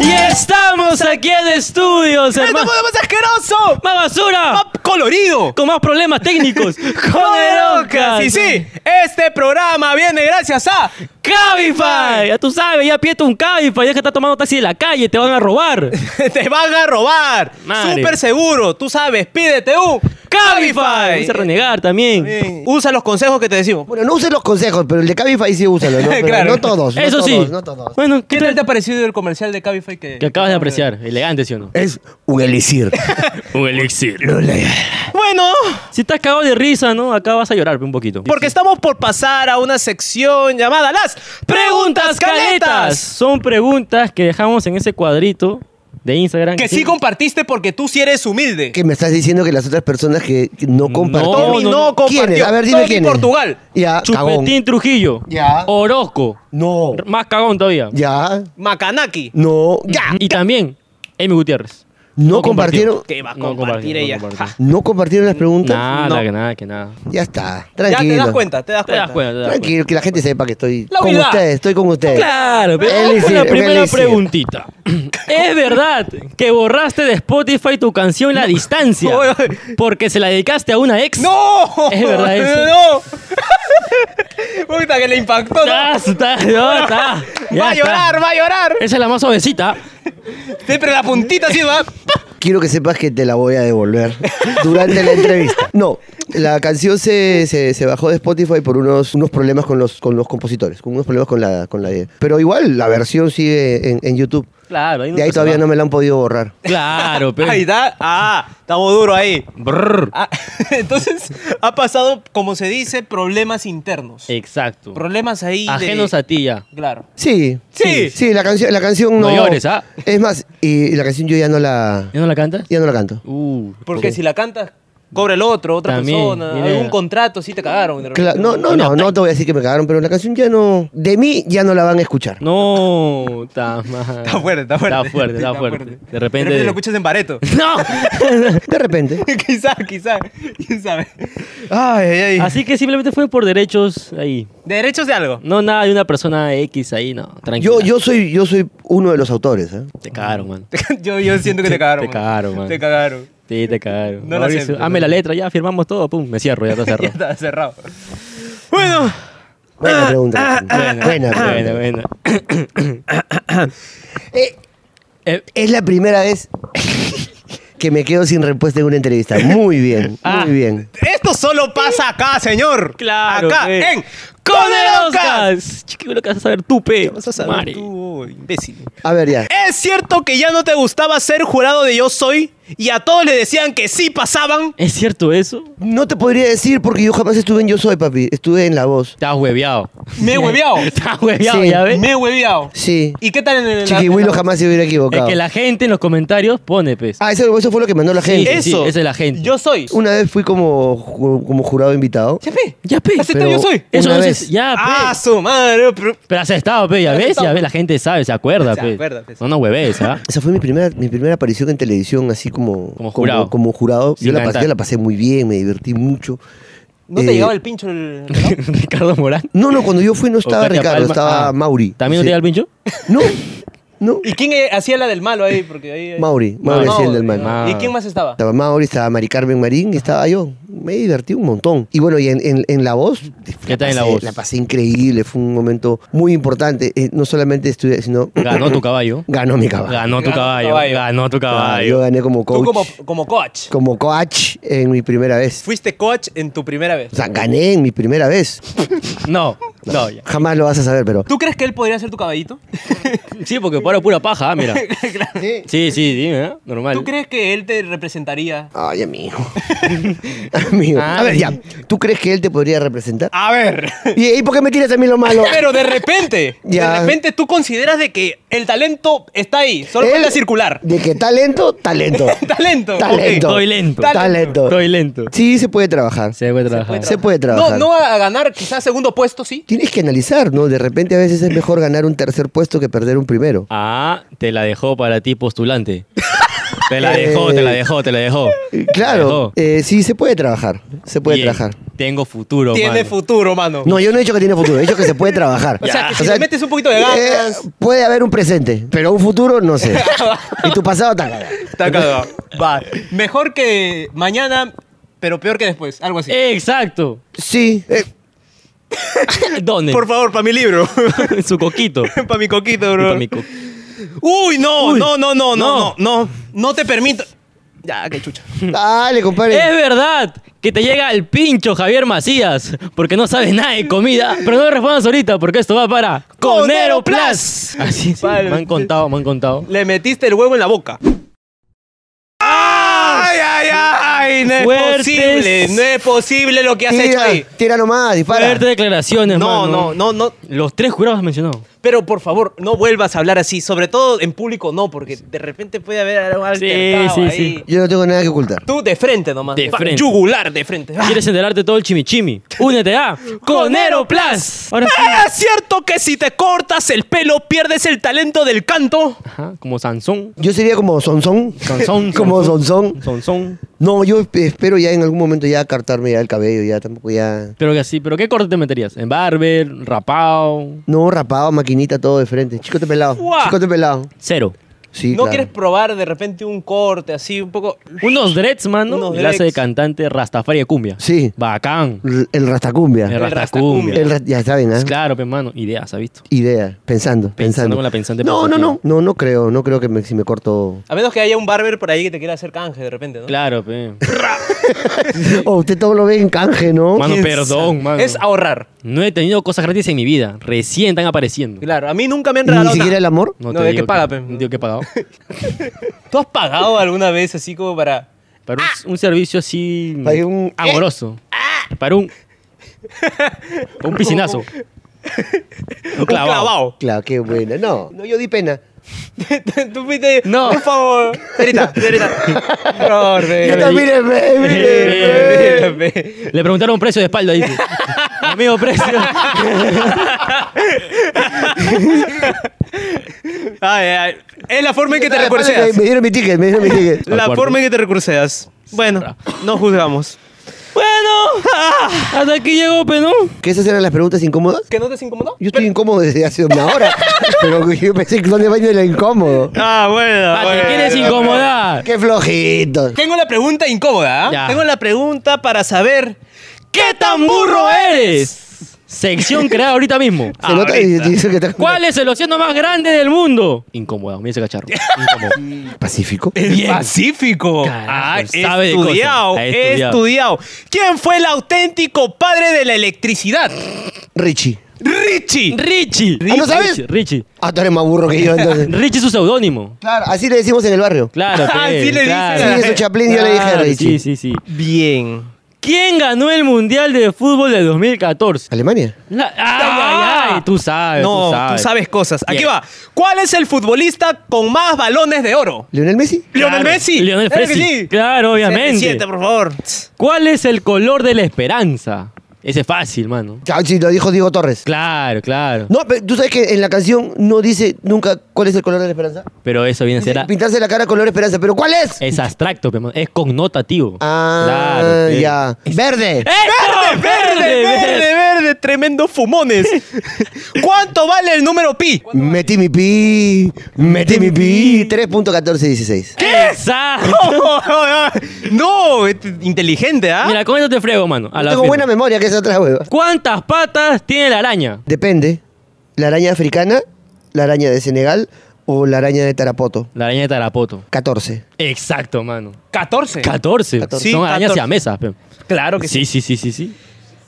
Speaker 3: Y estamos aquí en estudios,
Speaker 2: ¡Esto
Speaker 3: hermano.
Speaker 2: fue ¡Este más asqueroso!
Speaker 3: ¡Más basura!
Speaker 2: ¡Más
Speaker 5: Ah.
Speaker 2: colorido!
Speaker 3: Con más
Speaker 2: *laughs*
Speaker 3: problemas técnicos.
Speaker 2: ¡Coderocas! Y sí, este programa viene gracias a...
Speaker 3: Cabify. Ya tú sabes, ya pieta un Cabify. Deja de estar tomando taxi de la calle,
Speaker 2: *laughs*
Speaker 3: te van a robar.
Speaker 2: ¡Te van a robar!
Speaker 3: Madre.
Speaker 2: ¡Súper seguro! Tú sabes, pídete un...
Speaker 3: ¡Cabify! Cabify. Vamos a renegar también.
Speaker 2: Bien. Usa los consejos que te decimos.
Speaker 1: Bueno, no uses los consejos, pero el de Cabify sí úsalo, ¿no? Pero
Speaker 2: Claro.
Speaker 1: no todos. no
Speaker 3: Eso sí.
Speaker 1: todos, No todos.
Speaker 3: Bueno,
Speaker 2: ¿Qué
Speaker 3: ¿qué
Speaker 2: tal
Speaker 3: tal?
Speaker 2: te ha parecido el comercial de Cabify que,
Speaker 3: Que acabas de apreciar. Elegante, ¿sí o no?
Speaker 1: Es un elixir. *laughs*
Speaker 3: Un elixir.
Speaker 1: Lo le-
Speaker 2: Bueno,
Speaker 3: Si estás cagado de risa, ¿no? Acá vas a llorar un poquito.
Speaker 2: porque estamos por pasar a una sección llamada las preguntas caletas.
Speaker 3: Son preguntas que dejamos en ese cuadrito de Instagram.
Speaker 2: Que sí compartiste porque tú sí eres humilde.
Speaker 1: que me estás diciendo que las otras personas que que no compartieron.
Speaker 2: Tommy no,
Speaker 3: no, no.
Speaker 2: compartió.
Speaker 1: ¿Quiénes? A ver, dime
Speaker 2: Tommy
Speaker 1: quién.
Speaker 2: Portugal.
Speaker 1: Ya, cagón.
Speaker 3: Chupetín Trujillo.
Speaker 1: Ya.
Speaker 3: Orozco.
Speaker 1: No.
Speaker 3: Más cagón todavía.
Speaker 1: Ya.
Speaker 2: Macanaki.
Speaker 1: No. Ya.
Speaker 3: Y también Emi Gutiérrez.
Speaker 1: No,
Speaker 3: No compartió.
Speaker 1: compartieron.
Speaker 2: Que va a
Speaker 3: No compartió,
Speaker 2: compartir
Speaker 3: no
Speaker 2: ella.
Speaker 3: compartió.
Speaker 2: Ja.
Speaker 1: No compartieron las preguntas.
Speaker 3: Nada,
Speaker 2: no.
Speaker 3: que nada, que nada.
Speaker 1: Ya está.
Speaker 2: Ya
Speaker 1: Tranquilo.
Speaker 2: te das cuenta, te das
Speaker 3: Te das
Speaker 2: cuenta.
Speaker 3: cuenta, te das cuenta.
Speaker 1: Tranquilo, que la gente sepa que estoy
Speaker 2: La
Speaker 1: con
Speaker 2: humildad.
Speaker 1: ustedes, estoy con ustedes.
Speaker 3: Claro, pero
Speaker 1: Él
Speaker 3: vamos con
Speaker 1: dice,
Speaker 3: la
Speaker 1: él
Speaker 3: primera
Speaker 1: dice.
Speaker 3: preguntita.
Speaker 2: *coughs*
Speaker 3: ¿Es verdad que borraste de Spotify tu canción La Distancia
Speaker 2: Oye, oye.
Speaker 3: porque se la dedicaste a una ex?
Speaker 2: ¡No!
Speaker 3: Es verdad eso.
Speaker 2: *laughs* ¡No! *laughs* Puta, que le impactó. ¿no?
Speaker 3: Está, está, no, está. Ya
Speaker 2: va a
Speaker 3: está. Eh,
Speaker 2: llorar, va a llorar.
Speaker 3: Esa es la más suavecita.
Speaker 2: Siempre la puntita así va.
Speaker 1: Quiero que sepas que te la voy a devolver durante la entrevista. No, la canción se, se- se bajó de Spotify por unos, unos problemas con los, con los compositores, con unos problemas con la, con la... Pero igual, la versión sigue en, en YouTube.
Speaker 3: Claro,
Speaker 1: De ahí todavía no me la han podido borrar.
Speaker 2: *laughs*
Speaker 3: Claro, pero.
Speaker 2: Ahí está. Ah, estamos duro ahí.
Speaker 3: Brrr.
Speaker 2: Ah, *laughs* entonces, ha pasado, como se dice, problemas internos.
Speaker 3: Exacto.
Speaker 2: Problemas ahí. de-
Speaker 3: Ajenos a ti ya.
Speaker 2: Claro.
Speaker 1: Sí.
Speaker 2: Sí.
Speaker 1: Sí, la, canción la canción no...
Speaker 3: No llores, ¿ah?
Speaker 1: Es más, y la canción yo ya no la...
Speaker 3: ¿Ya no la cantas?
Speaker 1: Ya no la canto.
Speaker 3: Uh,
Speaker 2: Porque si la cantas, cobra el otro, otra
Speaker 3: También,
Speaker 2: persona.
Speaker 3: viene-
Speaker 2: Algún contrato, sí te cagaron. de
Speaker 1: Cla-
Speaker 2: repente.
Speaker 1: no, no, no, no te voy a decir que me cagaron, pero la canción ya no... De mí ya no la van a escuchar.
Speaker 3: No, está mal.
Speaker 2: Está fuerte, *laughs* está fuerte.
Speaker 3: Está fuerte, está fuerte. De repente.
Speaker 2: lo escuchas en bareto.
Speaker 3: *laughs*
Speaker 2: *laughs*
Speaker 3: ¡No!
Speaker 1: De repente.
Speaker 2: quizá, quizá. ¿Quién sabe? Ay, ay, ay.
Speaker 3: Así que simplemente fue por derechos ahí.
Speaker 2: Derechos de algo.
Speaker 3: No nada de una persona X ahí, no. Tranquilo.
Speaker 1: Yo, yo, soy, yo soy uno de los autores. ¿eh?
Speaker 3: Te cagaron, man.
Speaker 2: *laughs* Yo, yo siento que te cagaron.
Speaker 3: Te cagaron, man.
Speaker 2: Te cagaron.
Speaker 3: Sí, te cagaron.
Speaker 2: No la
Speaker 3: Mauricio,
Speaker 2: acepto.
Speaker 3: Hazme la letra, ya firmamos todo, pum, me cierro, ya está
Speaker 2: Ya
Speaker 3: cerrado.
Speaker 1: *laughs*
Speaker 2: está cerrado.
Speaker 1: Buena pregunta. buena
Speaker 3: Bueno, bueno,
Speaker 1: pregunta.
Speaker 3: bueno.
Speaker 1: *coughs* Eh,
Speaker 3: Eh,
Speaker 1: es la primera vez que me quedo sin respuesta en una entrevista. Muy bien,
Speaker 3: Ah.
Speaker 1: muy bien.
Speaker 2: Esto solo pasa acá, señor.
Speaker 3: Claro,
Speaker 2: Acá,
Speaker 3: pues.
Speaker 2: en Con el Oscar.
Speaker 3: Chiquillo, lo que vas a saber tú, pe.
Speaker 2: Vas a saber
Speaker 3: Mari.
Speaker 2: tú, imbécil.
Speaker 1: A ver ya.
Speaker 2: ¿Es cierto que ya no te gustaba ser jurado de Yo Soy? Y a todos le decían que sí pasaban.
Speaker 3: ¿Es cierto eso?
Speaker 1: No te podría decir porque yo jamás estuve en Yo Soy, papi. Estuve en La Voz. *laughs*
Speaker 3: Estás hueveado.
Speaker 2: Me he
Speaker 3: *laughs*
Speaker 2: hueveado.
Speaker 3: Estás hueveado,
Speaker 1: Sí.
Speaker 3: ya ves.
Speaker 2: Me he hueveado.
Speaker 1: Sí.
Speaker 2: ¿Y qué tal en el
Speaker 1: Chiquihuilo jamás se hubiera
Speaker 3: Es
Speaker 1: equivocado.
Speaker 3: que la gente en los comentarios pone, pues.
Speaker 1: Ah, eso, eso fue lo que mandó la
Speaker 3: Sí,
Speaker 1: gente.
Speaker 3: es-
Speaker 2: Eso.
Speaker 3: esa la gente.
Speaker 2: Yo soy.
Speaker 1: Una vez fui como, ju- como jurado invitado.
Speaker 2: Ya pe.
Speaker 3: Ya, pe.
Speaker 2: Acepta
Speaker 1: pero-
Speaker 2: Yo Soy.
Speaker 3: Eso
Speaker 1: Una
Speaker 3: no
Speaker 1: vez.
Speaker 3: es. Ya, pe.
Speaker 2: Ah, su madre. pero-
Speaker 3: Pero has estado, pe, ya ves, ya ves, la gente sabe, se acuerda,
Speaker 2: Se
Speaker 3: pe.
Speaker 2: acuerda, pe.
Speaker 3: No, no
Speaker 2: *laughs*
Speaker 3: hueves, ¿ah?
Speaker 1: Esa fue mi primera, mi primera aparición en televisión, así como,
Speaker 3: Como jurado.
Speaker 1: como jurado.
Speaker 3: Sin
Speaker 1: Yo la, pasé,
Speaker 3: cantar.
Speaker 1: la pasé muy bien, me divertí mucho.
Speaker 2: ¿No te
Speaker 1: Eh,
Speaker 2: llegaba el pincho el...
Speaker 3: Ricardo Morán.
Speaker 1: No, no, cuando yo fui no estaba
Speaker 3: O Katia
Speaker 1: Ricardo,
Speaker 3: Palma.
Speaker 1: estaba
Speaker 3: Ah,
Speaker 1: Mauri.
Speaker 3: ¿También no te
Speaker 1: Sí.
Speaker 3: llega el pincho? *laughs*
Speaker 1: No, no.
Speaker 2: ¿Y quién eh, hacía la del malo ahí? Porque ahí... ahí-
Speaker 1: Mauri, Mauri hacía el del malo.
Speaker 2: ¿Y quién más estaba?
Speaker 1: Estaba Mauri, estaba Mari Carmen Marín, y estaba yo. Me divertí un montón. Y bueno, y en, en- en La Voz.
Speaker 3: ¿Qué tal en La
Speaker 1: pasé-
Speaker 3: Voz?
Speaker 1: La pasé increíble, fue un momento muy importante. Eh, no solamente estudié, sino. *clears throat*
Speaker 3: Ganó
Speaker 1: *laughs*
Speaker 3: tu caballo.
Speaker 1: Ganó mi caballo.
Speaker 3: Ganó tu
Speaker 2: Ganó tu
Speaker 3: caballo.
Speaker 2: caballo.
Speaker 3: Ganó tu
Speaker 1: Ah, Yo
Speaker 3: caballo.
Speaker 1: gané como
Speaker 2: Tú
Speaker 1: coach.
Speaker 2: como, como coach.
Speaker 1: como coach en mi primera vez.
Speaker 2: Fuiste coach en tu primera vez.
Speaker 1: O sea, gané en mi primera vez.
Speaker 3: No, no, ya.
Speaker 1: Jamás lo vas a saber, pero.
Speaker 2: ¿Tú crees que él podría ser tu caballito? *laughs*
Speaker 3: Sí, porque para pura paja, ah, mira. Sí, sí, dime, ¿eh? Normal.
Speaker 2: ¿Tú crees que él te representaría?
Speaker 1: Ay, amigo. *laughs* amigo. A
Speaker 3: Ay.
Speaker 1: ver, ya. ¿Tú crees que él te podría representar?
Speaker 3: Ah.
Speaker 2: A ver.
Speaker 1: ¿Y, y por qué me tiras a mí lo
Speaker 3: *laughs*
Speaker 1: malo?
Speaker 2: Pero de repente,
Speaker 1: *laughs*
Speaker 2: de
Speaker 1: Ya.
Speaker 2: repente tú consideras de que el talento está ahí, solo
Speaker 1: Él-
Speaker 2: falta circular.
Speaker 1: De que talento, talento.
Speaker 2: *laughs* Talento.
Speaker 1: Talento.
Speaker 2: ok.
Speaker 3: Estoy lento.
Speaker 1: Talento.
Speaker 3: Estoy lento.
Speaker 1: Sí, se puede trabajar.
Speaker 3: Se puede trabajar.
Speaker 1: Se puede
Speaker 2: No,
Speaker 1: trabajar.
Speaker 2: no a ganar quizás segundo puesto, sí.
Speaker 1: Tienes que analizar, ¿no? De repente a veces es mejor ganar un tercer puesto que perder un primero.
Speaker 3: Ah, te la dejó para ti postulante.
Speaker 1: *laughs*
Speaker 3: Te la dejó, te la dejó, te la dejó.
Speaker 1: Eh,
Speaker 3: Te la dejó.
Speaker 1: Claro, eh, sí, se puede trabajar. Se puede
Speaker 3: Bien.
Speaker 1: trabajar.
Speaker 3: Tengo futuro,
Speaker 2: Tiene
Speaker 3: mano.
Speaker 2: futuro, mano.
Speaker 1: No, yo no he dicho que tiene futuro, he dicho que se puede trabajar.
Speaker 2: *laughs* O sea, que si le metes un poquito de ganas.
Speaker 1: eh, puede haber un presente, pero un futuro no
Speaker 2: *laughs*
Speaker 1: sé. y tu pasado tal.
Speaker 2: Está cagado. *laughs* Va. Mejor que mañana, pero peor que después. Algo así.
Speaker 3: Exacto.
Speaker 1: Sí, eh,
Speaker 3: ¿Dónde?
Speaker 2: Por favor, para mi libro. *laughs*
Speaker 3: Su *laughs* coquito.
Speaker 2: para mi coquito,
Speaker 3: Y
Speaker 2: bro.
Speaker 3: pa' mi co-
Speaker 2: Uy, no,
Speaker 3: Uy.
Speaker 2: no, no, no, no, no, no. No te permito. Ya, qué chucha.
Speaker 1: Dale,
Speaker 3: Es
Speaker 1: compadre.
Speaker 3: verdad que te llega el pincho Javier Macías porque no sabes nada de comida, pero no me respondas ahorita porque esto va para Conero
Speaker 2: Conero
Speaker 3: Plus.
Speaker 2: Plus.
Speaker 3: Así es.
Speaker 2: Vale.
Speaker 3: Me han contado, me han contado.
Speaker 2: Le metiste el huevo en la boca. ¡Ay, ay, ay! No es
Speaker 3: Fuertes.
Speaker 2: posible. No es posible lo que has hecho
Speaker 1: Tira,
Speaker 2: ahí.
Speaker 1: tira nomás, dispara.
Speaker 3: Fuerte declaraciones,
Speaker 2: No,
Speaker 3: mano.
Speaker 2: no, no, no.
Speaker 3: Los tres jurados mencionados.
Speaker 2: Pero por favor, no vuelvas a hablar así. Sobre todo en público, no, porque de repente puede haber algo altercado
Speaker 3: sí,
Speaker 2: ahí.
Speaker 3: sí.
Speaker 1: Yo no tengo nada que ocultar.
Speaker 2: Tú de frente nomás.
Speaker 3: De
Speaker 2: Pa-
Speaker 3: frente.
Speaker 2: Yugular de frente. Ah.
Speaker 3: ¿Quieres enterarte todo el chimichimi? Únete a Conero Plus. Ahora sí.
Speaker 2: Ah, ¿Es cierto que si te cortas el pelo pierdes el talento del canto?
Speaker 3: Ajá, como Sansón.
Speaker 1: Yo sería como Sonsón.
Speaker 3: Sansón.
Speaker 1: como Sonsón.
Speaker 3: Sansón.
Speaker 1: No, yo esp- espero ya en algún momento ya cartarme ya el cabello, ya tampoco ya.
Speaker 3: Pero que así, pero ¿qué corte te meterías? ¿En barber? ¿Rapado?
Speaker 1: No, rapado, maquinita, todo de frente. Chicote pelado.
Speaker 2: Guau.
Speaker 1: Chicote pelado.
Speaker 3: Cero.
Speaker 1: Sí,
Speaker 2: ¿No
Speaker 1: claro.
Speaker 2: quieres probar de repente un corte así un poco?
Speaker 3: Unos dreads, mano.
Speaker 2: Unos
Speaker 3: Él hace de
Speaker 2: dreads.
Speaker 3: cantante Rastafari de cumbia.
Speaker 1: Sí.
Speaker 3: Bacán.
Speaker 1: R- El rastacumbia.
Speaker 3: El
Speaker 1: El,
Speaker 3: Rastacumbia.
Speaker 2: Rastacumbia.
Speaker 1: ra- ya saben, ¿ah?
Speaker 3: Claro, pe, mano. Ideas, ¿has visto?
Speaker 1: Idea, pensando, pensando.
Speaker 3: con la pensante
Speaker 1: No, no, no.
Speaker 3: pensativa.
Speaker 1: No, no creo, no creo que me- si me corto.
Speaker 2: A menos que haya un barber por ahí que te quiera hacer canje de repente, ¿no?
Speaker 3: Claro, pe.
Speaker 1: O usted todo lo ve en canje, ¿no?
Speaker 3: Mano,
Speaker 2: ¿Quién
Speaker 3: perdón,
Speaker 2: sabe?
Speaker 3: mano.
Speaker 2: Es ahorrar.
Speaker 3: No he tenido cosas gratis en mi vida. Recién están apareciendo.
Speaker 2: Claro, a mí nunca me han
Speaker 1: Ni
Speaker 2: regalado
Speaker 1: siquiera el
Speaker 2: nada.
Speaker 1: amor.
Speaker 2: No, de que paga, pe.
Speaker 3: Digo que he pagado. *laughs*
Speaker 2: ¿Tú has pagado alguna vez así como para...
Speaker 3: Para un, un servicio así
Speaker 1: Para un- eh.
Speaker 3: amoroso.
Speaker 2: *laughs*
Speaker 3: Para un... para un piscinazo. un clavado.
Speaker 1: Claro, qué buena. No, no, yo di pena.
Speaker 2: *laughs* Tú fuiste...
Speaker 3: No.
Speaker 2: Por favor. Cerita, cerita. Por favor,
Speaker 1: Yo
Speaker 2: ve.
Speaker 1: también, eh, eh, eh, eh.
Speaker 2: Ve, ve, ve.
Speaker 3: Le preguntaron precio de
Speaker 2: *laughs*
Speaker 3: espalda, dice. Amigo, precio.
Speaker 2: Ay, ay. Es la forma en que te
Speaker 1: Me
Speaker 2: recuerceas.
Speaker 1: me dieron mi ticket, me dieron mi ticket.
Speaker 2: La
Speaker 3: Al cuarto.
Speaker 2: forma en que te recurseas. Bueno, no juzgamos.
Speaker 3: bueno, hasta aquí llegó, pe, ¿no?
Speaker 1: ¿Qué esas eran las preguntas incómodas?
Speaker 2: ¿Que no te incomodó?
Speaker 1: Yo estoy incómodo desde hace una
Speaker 2: *laughs*
Speaker 1: hora. pero yo pensé que dónde va a ir el incómodo.
Speaker 2: Ah, bueno.
Speaker 3: Ah, te
Speaker 2: bueno,
Speaker 3: quieres
Speaker 2: bueno.
Speaker 3: incomodar.
Speaker 1: Qué flojito.
Speaker 2: Tengo la pregunta incómoda. ¿ah?
Speaker 3: Ya.
Speaker 2: Tengo la pregunta para saber qué tan burro
Speaker 3: burro
Speaker 2: es.
Speaker 3: eres? Sección creada ahorita mismo.
Speaker 1: Se nota y
Speaker 2: ahorita.
Speaker 1: dice que está
Speaker 3: ¿Cuál es el océano más grande del mundo? Incómodo, mira ese cacharro. Incómodo.
Speaker 1: *laughs* pacífico.
Speaker 2: El Pacífico.
Speaker 3: Carajo,
Speaker 2: Ah,
Speaker 3: sabe de
Speaker 2: estudiado,
Speaker 3: cosas. Ha estudiado.
Speaker 2: estudiado, ¿Quién fue el auténtico padre de la electricidad?
Speaker 1: Richie.
Speaker 2: Richie.
Speaker 3: Richie.
Speaker 1: ¿Ah, no sabes?
Speaker 3: Richie.
Speaker 1: Ah, tú eres más burro que yo
Speaker 2: *laughs*
Speaker 1: entonces.
Speaker 3: Richie es su seudónimo.
Speaker 1: claro, así le decimos en el barrio. *laughs*
Speaker 3: Claro,
Speaker 2: Ah,
Speaker 3: pe,
Speaker 2: sí le
Speaker 3: claro.
Speaker 2: dicen.
Speaker 1: Sí, eso Chaplin, yo le dije a
Speaker 3: Claro, Sí,
Speaker 1: Richie.
Speaker 3: sí, sí.
Speaker 2: Bien.
Speaker 3: ¿Quién ganó el Mundial de Fútbol de 2014?
Speaker 1: Alemania.
Speaker 3: La- ay,
Speaker 1: Ah.
Speaker 3: ay, ay, tú sabes,
Speaker 2: Ah. No,
Speaker 3: tú sabes.
Speaker 2: cosas. Aquí
Speaker 3: Bien.
Speaker 2: va. ¿Cuál es el futbolista con más balones de oro?
Speaker 1: ¿Lionel Messi?
Speaker 2: Lionel Messi.
Speaker 3: Lionel
Speaker 2: Claro que
Speaker 3: Messi.
Speaker 2: sí.
Speaker 3: Claro, obviamente.
Speaker 2: 77, por favor.
Speaker 3: ¿Cuál es el color de la esperanza? Ese es fácil, mano.
Speaker 1: Ah, sí, lo dijo Diego Torres.
Speaker 3: Claro, claro.
Speaker 1: No, pero tú sabes que en la canción no dice nunca cuál es el color de la esperanza.
Speaker 3: Pero eso viene a ser...
Speaker 1: Pintarse la cara color esperanza, pero ¿cuál es?
Speaker 3: Es abstracto, pe, mano. es connotativo.
Speaker 1: Ah,
Speaker 3: Claro, pe.
Speaker 1: ya. Verde.
Speaker 3: ¡Eso!
Speaker 2: Verde, verde, verde, tremendo *laughs* fumones. ¿Cuánto vale el número pi?
Speaker 1: Metí mi pi, metí mi pi. 3.1416.
Speaker 3: ¿Qué? Exacto.
Speaker 2: *laughs* no, es inteligente, ¿ah?
Speaker 3: Mira, con esto te frego, mano. A la
Speaker 1: Tengo
Speaker 3: firma.
Speaker 1: buena memoria que es otra hueva.
Speaker 3: ¿Cuántas patas tiene la araña?
Speaker 1: Depende. ¿La araña africana, la araña de Senegal o la araña de Tarapoto?
Speaker 3: La araña de Tarapoto.
Speaker 1: 14.
Speaker 3: Exacto, mano.
Speaker 2: 14.
Speaker 3: 14.
Speaker 2: Catorce.
Speaker 3: Son arañas
Speaker 2: 14.
Speaker 3: siamesas, pe.
Speaker 2: Claro que sí.
Speaker 3: Sí, sí, sí, sí, sí.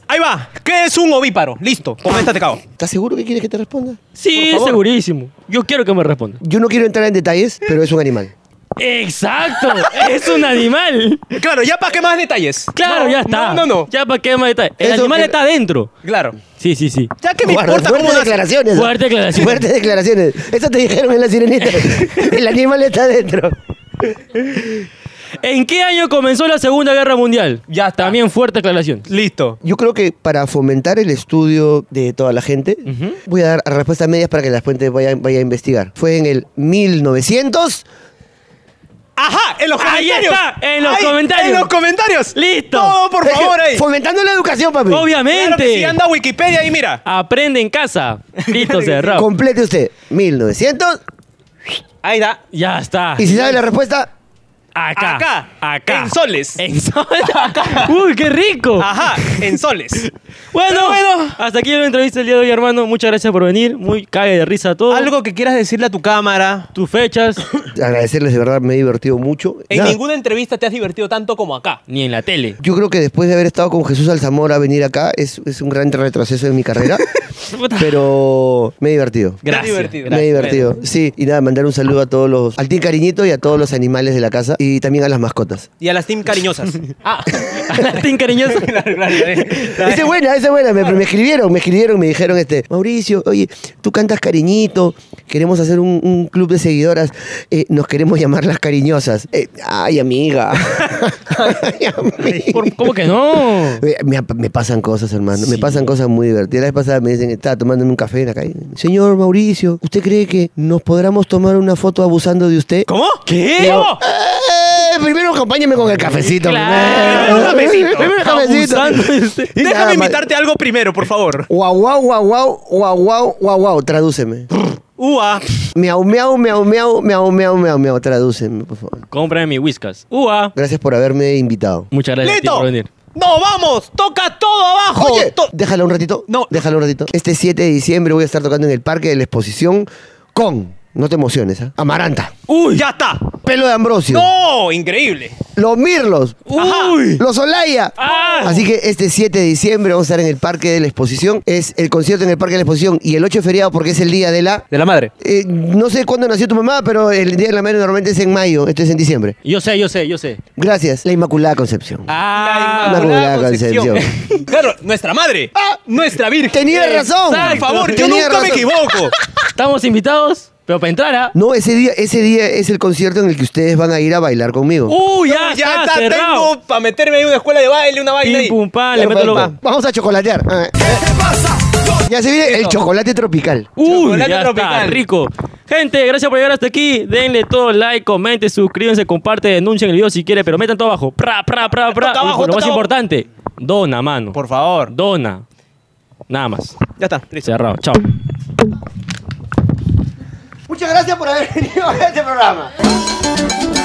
Speaker 2: Ahí va. ¿Qué es un ovíparo? Listo. Coméntate, cago.
Speaker 1: ¿Estás seguro que quieres que te responda?
Speaker 3: Sí,
Speaker 2: Por favor.
Speaker 3: segurísimo. Yo quiero que me responda.
Speaker 1: Yo no quiero entrar en detalles, pero es un animal.
Speaker 2: *laughs*
Speaker 3: ¡Exacto! ¡Es un animal!
Speaker 2: Claro, ya para qué más detalles.
Speaker 3: Claro,
Speaker 2: No,
Speaker 3: ya está.
Speaker 2: No, no, no.
Speaker 3: Ya para qué más detalle. El
Speaker 1: Eso
Speaker 3: animal
Speaker 1: que-
Speaker 3: está adentro.
Speaker 2: Claro.
Speaker 3: Sí, sí, sí.
Speaker 2: Ya que me
Speaker 1: Guarda,
Speaker 2: importa
Speaker 1: fuertes
Speaker 2: cómo nace.
Speaker 1: declaraciones.
Speaker 3: Fuertes declaraciones.
Speaker 1: Fuertes declaraciones. Eso te dijeron en la sirenita.
Speaker 3: *laughs*
Speaker 1: El animal está adentro.
Speaker 3: ¿En qué año comenzó la Segunda Guerra Mundial?
Speaker 2: Ya está.
Speaker 3: También fuerte aclaración.
Speaker 2: Listo.
Speaker 1: Yo creo que para fomentar el estudio de toda la gente, voy a dar respuestas medias para que la gente vaya, vaya a investigar. Fue en el 1900.
Speaker 2: Ajá, en los
Speaker 3: Ahí
Speaker 2: comentarios.
Speaker 3: está, en los
Speaker 2: Ahí,
Speaker 3: comentarios.
Speaker 2: En los comentarios.
Speaker 3: Listo.
Speaker 2: Todo,
Speaker 1: *laughs*
Speaker 2: por favor, ahí.
Speaker 1: Fomentando la educación, papi.
Speaker 3: Obviamente.
Speaker 2: Claro que sí, anda a Wikipedia y mira.
Speaker 3: Aprende en
Speaker 2: *laughs*
Speaker 3: casa. Listo, cerrado.
Speaker 1: Complete usted. 1900.
Speaker 2: Ahí está.
Speaker 3: Ya está.
Speaker 1: Y si sabe la respuesta,
Speaker 3: Acá.
Speaker 2: Acá.
Speaker 3: Acá.
Speaker 2: En soles. *laughs*
Speaker 3: En sol. Uy, qué rico.
Speaker 2: Ajá, en
Speaker 3: *laughs*
Speaker 2: soles.
Speaker 3: Bueno,
Speaker 2: Pero bueno.
Speaker 3: hasta aquí la entrevista del día de hoy, hermano. Muchas gracias por venir. Muy cague de risa todo.
Speaker 2: Algo que quieras decirle a tu cámara. *coughs*
Speaker 3: Tus fechas,
Speaker 1: Agradecerles, de verdad, me he divertido mucho.
Speaker 2: En
Speaker 1: Nada.
Speaker 2: ninguna entrevista te has divertido tanto como acá.
Speaker 3: ni en la tele.
Speaker 1: Yo creo que después de haber estado con Jesús Alzamora, venir acá es, es un gran retroceso en mi carrera,
Speaker 3: Puta.
Speaker 1: pero me he divertido.
Speaker 2: Te has
Speaker 3: Gracias.
Speaker 2: divertido.
Speaker 1: Me he divertido. Sí, y nada, mandar un saludo a todos los. Al Team Cariñito y a todos los animales de la casa y también a las mascotas.
Speaker 2: Y a las team cariñosas.
Speaker 3: *laughs*
Speaker 2: ah,
Speaker 3: Tin
Speaker 2: *laughs*
Speaker 3: cariñoso.
Speaker 2: claro, claro. eh.
Speaker 1: Esa es buena, esa es buena. Me, me escribieron, me escribieron, me dijeron, este, Mauricio, oye, tú cantas Cariñito, queremos hacer un, un club de seguidoras, eh, nos queremos llamar las cariñosas. Eh, ay,
Speaker 3: *laughs*
Speaker 1: amiga. ay, amiga.
Speaker 3: Por- ¿Cómo que no?
Speaker 1: Eh, Me, me pasan cosas, hermano. Me pasan cosas muy divertidas. La vez pasada me dicen, estaba tomándome un café en la calle. Señor Mauricio, ¿usted cree que nos podremos tomar una foto abusando de usted?
Speaker 2: ¿Cómo?
Speaker 1: Le
Speaker 2: ¿Qué?
Speaker 1: digo, "Eh, primero acompáñame con el cafecito.
Speaker 3: Claro,
Speaker 1: primero. *laughs* Primero el cafecito.
Speaker 3: Abusando de usted.
Speaker 1: Y nada
Speaker 2: Déjame
Speaker 1: más.
Speaker 2: invitarte algo primero, por favor.
Speaker 1: Guau, guau, guau, guau, guau, guau, guau, guau, tradúceme.
Speaker 2: Ua.
Speaker 1: miau, miau, miau, miau, miau, miau, miau, miau, tradúceme, por favor.
Speaker 3: Cómprame mi whiskas. Ua.
Speaker 1: Gracias por haberme invitado.
Speaker 3: Muchas gracias a ti
Speaker 2: ¡Listo!
Speaker 3: por venir.
Speaker 2: ¡No, vamos! ¡Toca todo abajo!
Speaker 1: Oye,
Speaker 2: To-
Speaker 1: déjalo un ratito.
Speaker 2: No.
Speaker 1: Déjalo un ratito. Este 7 de diciembre voy a estar tocando en el Parque de la Exposición con, no te emociones, ¿ah? Amaranta,
Speaker 2: ¡Uy! ¡Ya está!
Speaker 1: Pelo de Ambrosio,
Speaker 2: ¡No! ¡Increíble!
Speaker 1: Los Mirlos,
Speaker 2: Ajá.
Speaker 3: Uy.
Speaker 1: Los Olaya.
Speaker 3: Ah.
Speaker 1: Así que este 7 de diciembre vamos a estar en el Parque de la Exposición. Es el concierto en el Parque de la Exposición y el 8 de feriado porque es el día de la...
Speaker 2: De la madre.
Speaker 1: eh, no sé cuándo nació tu mamá, pero el Día de la Madre normalmente es en mayo, esto es en diciembre.
Speaker 3: Yo sé, yo sé, yo sé.
Speaker 1: Gracias, la Inmaculada Concepción.
Speaker 2: Ah,
Speaker 1: La Inmaculada Concepción.
Speaker 2: *laughs* claro, nuestra madre. nuestra virgen.
Speaker 1: Tenía razón.
Speaker 2: Por favor, yo
Speaker 1: Tenía
Speaker 2: nunca me
Speaker 1: razón.
Speaker 2: equivoco.
Speaker 3: Estamos invitados, pero para entrar a...
Speaker 1: No, ese día, ese día es el concierto en el que ustedes van a ir a bailar conmigo.
Speaker 2: Uh,
Speaker 3: Uy, ya,
Speaker 2: No,
Speaker 3: está,
Speaker 2: está,
Speaker 3: cerrado.
Speaker 2: tengo para meterme ahí en una escuela de baile, una baile.
Speaker 3: Pim,
Speaker 2: ahí.
Speaker 3: pum, pa, le
Speaker 1: Claro,
Speaker 3: meto
Speaker 1: va-
Speaker 3: lo...
Speaker 1: va- Vamos a chocolatear. Ah. Ya se viene el chocolate tropical.
Speaker 3: Uy,
Speaker 2: Chocolate
Speaker 3: ya está,
Speaker 2: tropical.
Speaker 3: rico. Gente, gracias por llegar hasta aquí. Denle todo like, comenten, suscríbanse, comparten, denuncien el video si quieren, pero metan todo abajo. Pra, pra, pra, pra.
Speaker 2: Toca
Speaker 3: Y
Speaker 2: abajo,
Speaker 3: lo más
Speaker 2: toca abajo.
Speaker 3: importante, dona, mano.
Speaker 2: Por favor.
Speaker 3: Dona. Nada más.
Speaker 2: Ya está, listo.
Speaker 3: Cerrado. Chao.
Speaker 1: Muchas gracias por haber venido a este programa.